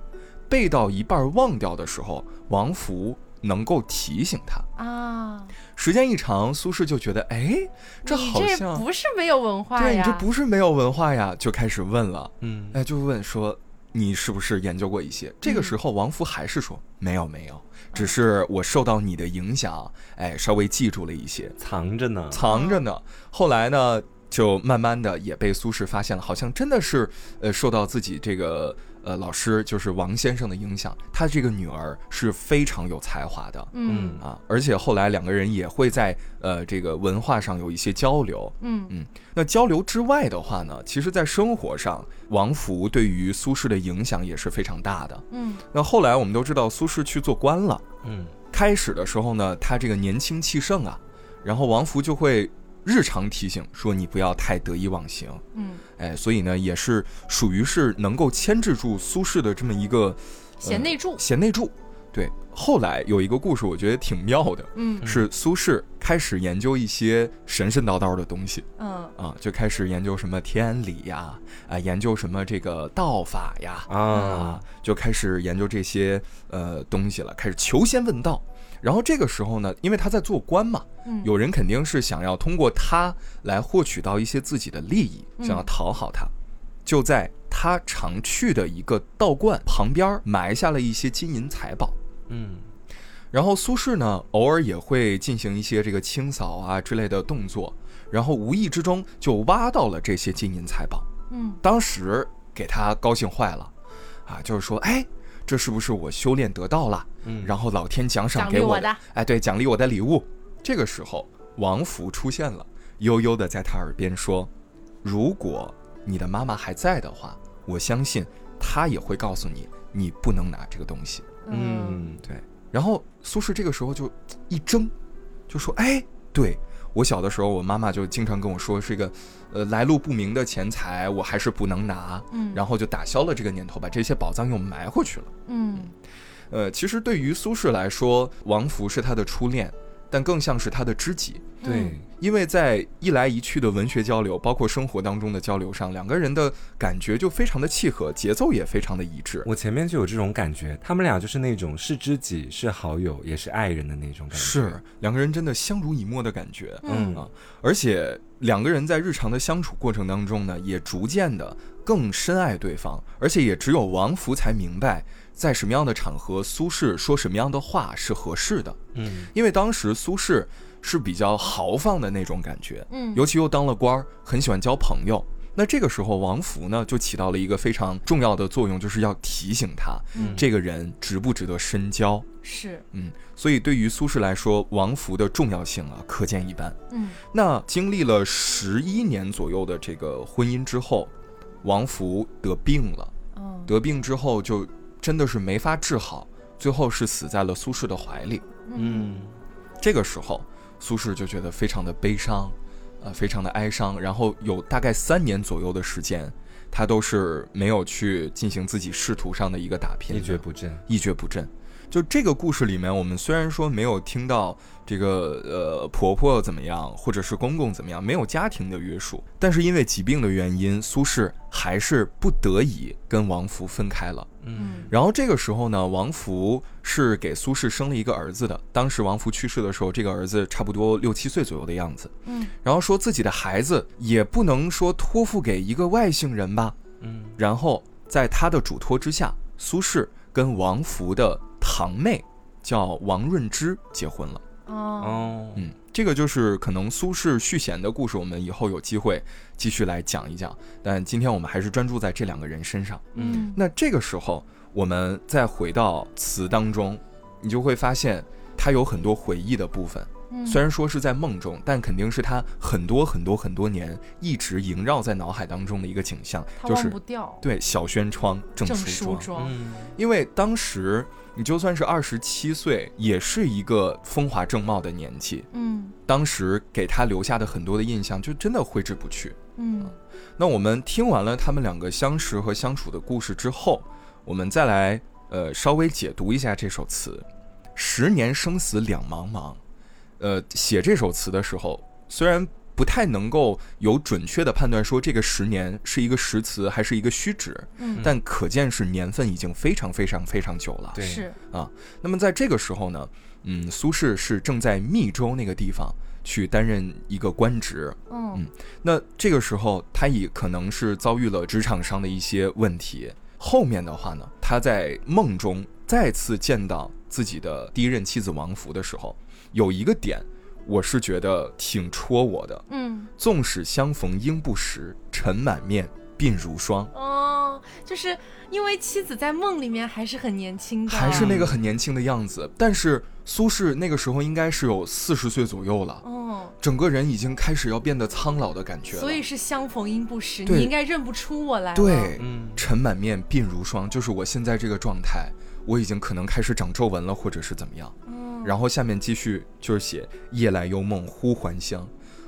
[SPEAKER 1] 背到一半忘掉的时候，王弗能够提醒他。
[SPEAKER 2] 啊，
[SPEAKER 1] 时间一长，苏轼就觉得，哎，这
[SPEAKER 2] 你
[SPEAKER 1] 好
[SPEAKER 2] 这
[SPEAKER 1] 像
[SPEAKER 2] 不是没有文化
[SPEAKER 1] 对你
[SPEAKER 2] 呀，
[SPEAKER 1] 这不是没有文化呀，就开始问了。
[SPEAKER 3] 嗯，
[SPEAKER 1] 哎，就问说你是不是研究过一些？这个时候，王福还是说没有没有，只是我受到你的影响，哎，稍微记住了一些，
[SPEAKER 3] 藏着呢。
[SPEAKER 1] 藏着呢。后来呢，就慢慢的也被苏轼发现了，好像真的是呃受到自己这个呃老师就是王先生的影响，他这个女儿是非常有才华的。
[SPEAKER 2] 嗯
[SPEAKER 1] 啊，而且后来两个人也会在呃这个文化上有一些交流，
[SPEAKER 2] 嗯
[SPEAKER 1] 那交流之外的话呢，其实，在生活上，王弗对于苏轼的影响也是非常大的。
[SPEAKER 2] 嗯
[SPEAKER 1] 那后来我们都知道，苏轼去做官了。
[SPEAKER 3] 嗯
[SPEAKER 1] 开始的时候呢，他这个年轻气盛啊，然后王弗就会日常提醒说：“你不要太得意忘形。
[SPEAKER 2] 嗯，”
[SPEAKER 1] 哎，所以呢，也是属于是能够牵制住苏轼的这么一个嗯
[SPEAKER 2] 贤内助，
[SPEAKER 1] 贤内助。对，后来有一个故事，我觉得挺妙的，
[SPEAKER 2] 嗯
[SPEAKER 1] 是苏轼开始研究一些神神叨叨的东西。
[SPEAKER 2] 嗯
[SPEAKER 1] 啊，就开始研究什么天理呀，啊、研究什么这个道法呀，
[SPEAKER 3] 啊
[SPEAKER 1] 啊，，就开始研究这些呃东西了，开始求仙问道。然后这个时候呢，因为他在做官嘛，
[SPEAKER 2] 嗯，
[SPEAKER 1] 有人肯定是想要通过他来获取到一些自己的利益，
[SPEAKER 2] 嗯
[SPEAKER 1] 想要讨好他，就在他常去的一个道观旁边儿埋下了一些金银财宝。
[SPEAKER 3] 嗯
[SPEAKER 1] 然后苏轼呢，偶尔也会进行一些这个清扫啊之类的动作，然后无意之中就挖到了这些金银财宝，
[SPEAKER 2] 嗯
[SPEAKER 1] 当时给他高兴坏了，啊，就是说，哎，这是不是我修炼得道了？
[SPEAKER 3] 嗯，
[SPEAKER 1] 然后老天奖赏
[SPEAKER 2] 奖
[SPEAKER 1] 给
[SPEAKER 2] 励
[SPEAKER 1] 我
[SPEAKER 2] 我的
[SPEAKER 1] 哎，对，奖励我的礼物。这个时候，王福出现了，悠悠的在他耳边说：“如果你的妈妈还在的话，我相信她也会告诉你，你不能拿这个东西。”
[SPEAKER 3] 嗯
[SPEAKER 1] 对，然后苏轼这个时候就一怔，就说：“哎，对我小的时候，我妈妈就经常跟我说，这个呃来路不明的钱财，我还是不能拿。”
[SPEAKER 2] 嗯
[SPEAKER 1] 然后就打消了这个念头，把这些宝藏又埋回去了。
[SPEAKER 2] 嗯
[SPEAKER 1] 呃，其实
[SPEAKER 3] 嗯
[SPEAKER 1] 对于苏轼来说，王弗是他的初恋，但更像是他的知己。
[SPEAKER 3] 对，
[SPEAKER 1] 因为在一来一去的文学交流，包括生活当中的交流上，两个人的感觉就非常的契合，节奏也非常的一致。
[SPEAKER 3] 我前面就有这种感觉，他们俩就是那种是知己、是好友、也是爱人的那种感觉。
[SPEAKER 1] 是，两个人真的相濡以沫的感觉，
[SPEAKER 2] 嗯
[SPEAKER 1] 啊，而且两个人在日常的相处过程当中呢，也逐渐的更深爱对方，而且也只有王福才明白，在什么样的场合，苏轼说什么样的话是合适的。
[SPEAKER 3] 嗯，
[SPEAKER 1] 因为当时苏轼是比较豪放的那种感觉，
[SPEAKER 2] 嗯
[SPEAKER 1] 尤其又当了官儿，很喜欢交朋友。那这个时候，王福呢就起到了一个非常重要的作用，就是要提醒他
[SPEAKER 2] 嗯
[SPEAKER 1] 这个人值不值得深交。
[SPEAKER 2] 是，
[SPEAKER 1] 嗯，所以对于苏轼来说，王福的重要性啊，可见一斑。
[SPEAKER 2] 嗯
[SPEAKER 1] 那经历了十一年左右的这个婚姻之后，王福得病了，
[SPEAKER 2] 嗯
[SPEAKER 1] 得病之后就真的是没法治好，最后是死在了苏轼的怀里。
[SPEAKER 3] 嗯，
[SPEAKER 1] 这个时候，苏轼就觉得非常的悲伤，呃，非常的哀伤。然后有大概三年左右的时间，他都是没有去进行自己仕途上的一个打拼
[SPEAKER 3] 一
[SPEAKER 1] 的，
[SPEAKER 3] 蹶不振。
[SPEAKER 1] 一蹶不振。就这个故事里面，我们虽然说没有听到这个呃婆婆怎么样，或者是公公怎么样，没有家庭的约束，但是因为疾病的原因，苏轼还是不得已跟王福分开了。
[SPEAKER 2] 嗯
[SPEAKER 1] 然后这个时候呢，王福是给苏轼生了一个儿子的。当时王福去世的时候，这个儿子差不多六七岁左右的样子。
[SPEAKER 2] 嗯
[SPEAKER 1] 然后说自己的孩子也不能说托付给一个外姓人吧。
[SPEAKER 3] 嗯
[SPEAKER 1] 然后在他的嘱托之下，苏轼跟王福的堂妹叫王润之结婚了。
[SPEAKER 2] 哦
[SPEAKER 3] 哦，
[SPEAKER 1] 嗯，这个就是可能苏轼续弦的故事，我们以后有机会继续来讲一讲。但今天我们还是专注在这两个人身上。
[SPEAKER 3] 嗯
[SPEAKER 1] 那这个时候，我们再回到词当中，你就会发现他有很多回忆的部分。
[SPEAKER 2] 嗯
[SPEAKER 1] 虽然说是在梦中，但肯定是他很多很多很多年一直萦绕在脑海当中的一个景象，
[SPEAKER 2] 他
[SPEAKER 1] 就
[SPEAKER 2] 忘
[SPEAKER 1] 是
[SPEAKER 2] 不掉
[SPEAKER 1] 对小轩窗正
[SPEAKER 2] 郑
[SPEAKER 1] 梳
[SPEAKER 2] 梳
[SPEAKER 1] 妆。
[SPEAKER 2] 妆，
[SPEAKER 3] 嗯
[SPEAKER 1] 因为当时你就算是二十七岁，也是一个风华正茂的年纪，
[SPEAKER 2] 嗯
[SPEAKER 1] 当时给他留下的很多的印象，就真的挥之不去。
[SPEAKER 2] 嗯
[SPEAKER 1] 那我们听完了他们两个相识和相处的故事之后，我们再来呃稍微解读一下这首词“十年生死两茫茫”。呃，写这首词的时候，虽然不太能够有准确的判断说这个十年是一个实词还是一个虚指，
[SPEAKER 2] 嗯
[SPEAKER 1] 但可见是年份已经非常非常非常久了。
[SPEAKER 3] 对
[SPEAKER 2] 是，
[SPEAKER 1] 那么在这个时候呢，嗯，苏轼是正在密州那个地方去担任一个官职，
[SPEAKER 2] 嗯
[SPEAKER 1] 嗯那这个时候，他也可能是遭遇了职场上的一些问题。后面的话呢，他在梦中再次见到自己的第一任妻子王福的时候，有一个点，我是觉得挺戳我的。
[SPEAKER 2] 嗯
[SPEAKER 1] 纵使相逢应不识，尘满面，鬓如霜，
[SPEAKER 2] 哦，就是因为妻子在梦里面还是很年轻的，
[SPEAKER 1] 还是
[SPEAKER 2] 嗯
[SPEAKER 1] 那个很年轻的样子。但是苏轼那个时候应该是有四十岁左右了，
[SPEAKER 2] 哦，
[SPEAKER 1] 整个人已经开始要变得苍老的感觉了。
[SPEAKER 2] 所以是相逢应不识，
[SPEAKER 1] 对
[SPEAKER 2] 你应该认不出我来了。
[SPEAKER 1] 对，
[SPEAKER 3] 嗯
[SPEAKER 1] 尘满面，鬓如霜，就是我现在这个状态，我已经可能开始长皱纹了，或者是怎么样。
[SPEAKER 2] 嗯，
[SPEAKER 1] 然后下面继续就是写夜来幽梦忽还乡，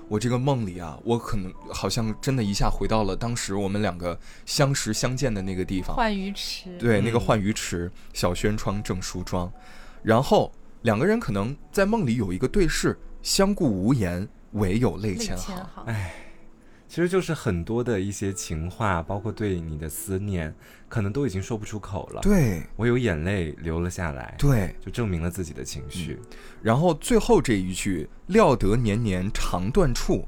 [SPEAKER 1] 我这个梦里啊，我可能好像真的一下回到了当时我们两个相识相见的那个地方，
[SPEAKER 2] 换鱼池，
[SPEAKER 1] 对，那个
[SPEAKER 3] 嗯
[SPEAKER 1] 浣鱼池，小轩窗正梳妆，然后两个人可能在梦里有一个对视，相顾无言，唯有泪
[SPEAKER 2] 泪
[SPEAKER 1] 千
[SPEAKER 2] 千
[SPEAKER 1] 行。
[SPEAKER 2] 行，
[SPEAKER 3] 其实就是很多的一些情话，包括对你的思念，可能都已经说不出口了。
[SPEAKER 1] 对
[SPEAKER 3] 我有眼泪流了下来，
[SPEAKER 1] 对，
[SPEAKER 3] 就证明了自己的情绪。
[SPEAKER 1] 然后最后这一句“料得年年肠断处，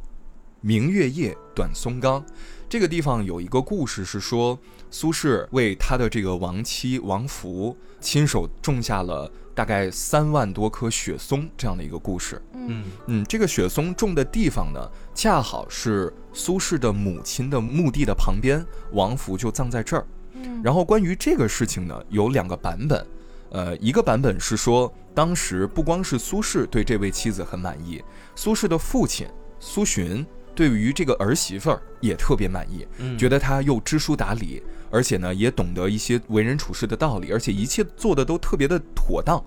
[SPEAKER 1] 明月夜，短松冈”，这个地方有一个故事是说，苏轼为他的这个亡妻王福亲手种下了大概三万多棵雪松这样的一个故事。
[SPEAKER 2] 嗯
[SPEAKER 3] 嗯
[SPEAKER 1] 嗯，这个雪松种的地方呢，恰好是苏轼的母亲的墓地的旁边，王福就葬在这儿。
[SPEAKER 2] 嗯，
[SPEAKER 1] 然后关于这个事情呢，有两个版本，呃，一个版本是说，当时不光是苏轼对这位妻子很满意，苏轼的父亲苏洵对于这个儿媳妇儿也特别满意，
[SPEAKER 3] 嗯
[SPEAKER 1] 觉得她又知书达理，而且呢也懂得一些为人处事的道理，而且一切做的都特别的妥当。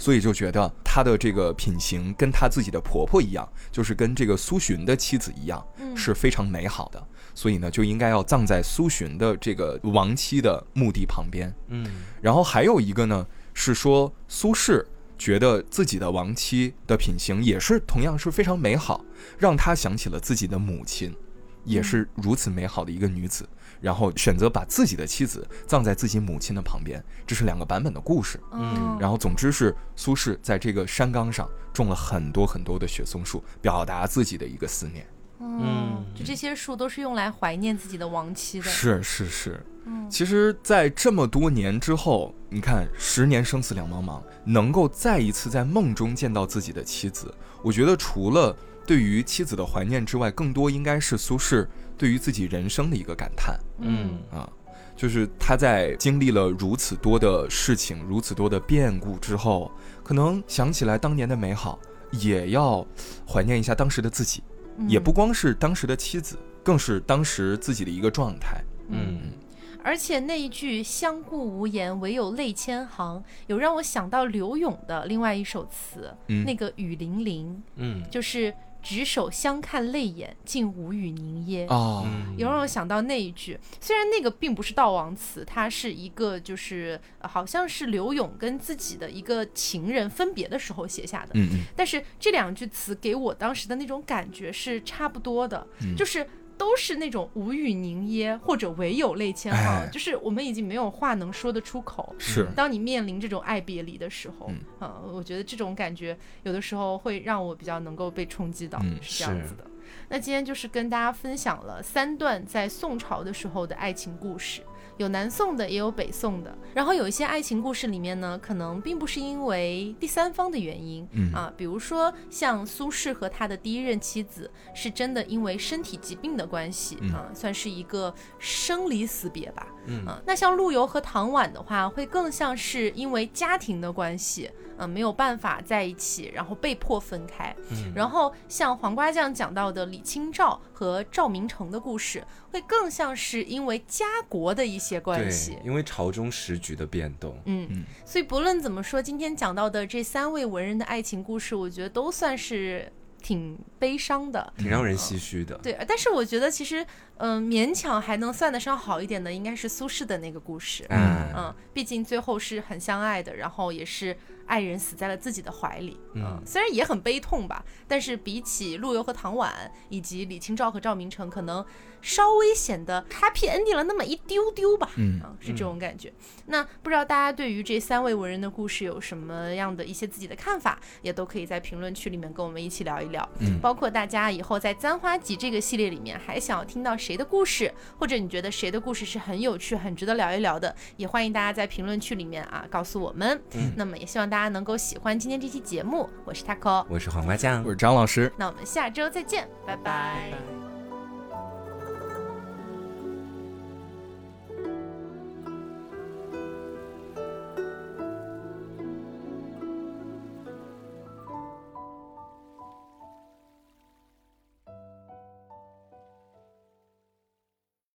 [SPEAKER 1] 所以就觉得她的这个品行跟她自己的婆婆一样，就是跟这个苏洵的妻子一样，
[SPEAKER 2] 嗯
[SPEAKER 1] 是非常美好的。所以呢，就应该要葬在苏洵的这个亡妻的墓地旁边。
[SPEAKER 3] 嗯
[SPEAKER 1] 然后还有一个呢，是说苏轼觉得自己的亡妻的品行也是同样是非常美好，让他想起了自己的母亲，也是如此美好的一个女子，然后选择把自己的妻子葬在自己母亲的旁边，这是两个版本的故事。
[SPEAKER 2] 嗯，
[SPEAKER 1] 然
[SPEAKER 2] 后
[SPEAKER 1] 后，总之是苏轼在这个山岗上种了很多很多的雪松树，表达自己的一个思念。
[SPEAKER 2] 嗯
[SPEAKER 3] 嗯，
[SPEAKER 2] 就这些树都是用来怀念自己的亡妻的。
[SPEAKER 1] 是是是，
[SPEAKER 2] 嗯
[SPEAKER 1] 其实，在这么多年之后，你看“十年生死两茫茫”，能够再一次在梦中见到自己的妻子，我觉得除了对于妻子的怀念之外，更多应该是苏轼对于自己人生的一个感叹
[SPEAKER 3] 嗯，
[SPEAKER 1] 啊，就是他在经历了如此多的事情、如此多的变故之后，可能想起来当年的美好，也要怀念一下当时的自己，
[SPEAKER 2] 嗯
[SPEAKER 1] 也不光是当时的妻子，更是当时自己的一个状态。
[SPEAKER 3] 嗯
[SPEAKER 2] 而且那一句“相顾无言，唯有泪千行”，有让我想到刘永的另外一首词，
[SPEAKER 1] 嗯
[SPEAKER 2] 那个《雨霖铃
[SPEAKER 3] 嗯》，
[SPEAKER 2] 就是“执手相看泪眼，竟无语凝噎”
[SPEAKER 1] 哦，
[SPEAKER 3] 嗯，
[SPEAKER 2] 有让我想到那一句，虽然那个并不是悼亡词，它是一个就是呃好像是刘永跟自己的一个情人分别的时候写下的，
[SPEAKER 1] 嗯嗯。
[SPEAKER 2] 但是这两句词给我当时的那种感觉是差不多的，
[SPEAKER 1] 嗯
[SPEAKER 2] 就是都是那种无语凝噎或者唯有泪千行，
[SPEAKER 1] 哎
[SPEAKER 2] 就是我们已经没有话能说得出口。
[SPEAKER 1] 是，
[SPEAKER 2] 当你面临这种爱别离的时候，
[SPEAKER 1] 嗯
[SPEAKER 2] 呃我觉得这种感觉有的时候会让我比较能够被冲击到，
[SPEAKER 1] 嗯
[SPEAKER 2] 是这样子的。那今天就是跟大家分享了三段在宋朝的时候的爱情故事。有南宋的，也有北宋的。然后有一些爱情故事里面呢，可能并不是因为第三方的原因，
[SPEAKER 1] 嗯
[SPEAKER 2] 啊，比如说像苏轼和他的第一任妻子，是真的因为身体疾病的关系、
[SPEAKER 1] 嗯
[SPEAKER 2] 啊，算是一个生离死别吧。
[SPEAKER 3] 嗯
[SPEAKER 2] 啊，那像陆游和唐婉的话，会更像是因为家庭的关系，嗯、没有办法在一起，然后被迫分开。
[SPEAKER 3] 嗯
[SPEAKER 2] 然后像黄瓜酱讲到的李清照和赵明诚的故事，会更像是因为家国的一些关系
[SPEAKER 3] 对，。因为朝中时局的变动，
[SPEAKER 2] 嗯
[SPEAKER 1] 嗯，
[SPEAKER 2] 所以不论怎么说，今天讲到的这三位文人的爱情故事，我觉得都算是挺悲伤的。
[SPEAKER 3] 挺让人唏嘘的。
[SPEAKER 2] 对，呃但是我觉得其实，嗯、勉强还能算得上好一点的，应该是苏轼的那个故事。
[SPEAKER 3] 哎
[SPEAKER 2] 嗯，毕竟最后是很相爱的，然后也是爱人死在了自己的怀里。
[SPEAKER 3] 嗯
[SPEAKER 2] 虽然也很悲痛吧，但是比起陆游和唐婉，以及李清照和赵明诚，可能稍微显得 happy ending 了那么一丢丢吧。
[SPEAKER 1] 嗯
[SPEAKER 2] 啊，是这种感觉。那不知道大家对于这三位文人的故事有什么样的一些自己的看法，也都可以在评论区里面跟我们一起聊一聊。
[SPEAKER 1] 嗯
[SPEAKER 2] 包括大家以后在《簪花集》这个系列里面还想要听到谁的故事，或者你觉得谁的故事是很有趣、很值得聊一聊的，也欢迎大家在评论区里面啊告诉我们。
[SPEAKER 3] 嗯
[SPEAKER 2] 那么也希望大家能够喜欢今天这期节目，我是 taco，
[SPEAKER 3] 我是黄瓜酱
[SPEAKER 1] 我，是张老师。
[SPEAKER 2] 那我们下周再见，拜拜
[SPEAKER 4] 拜拜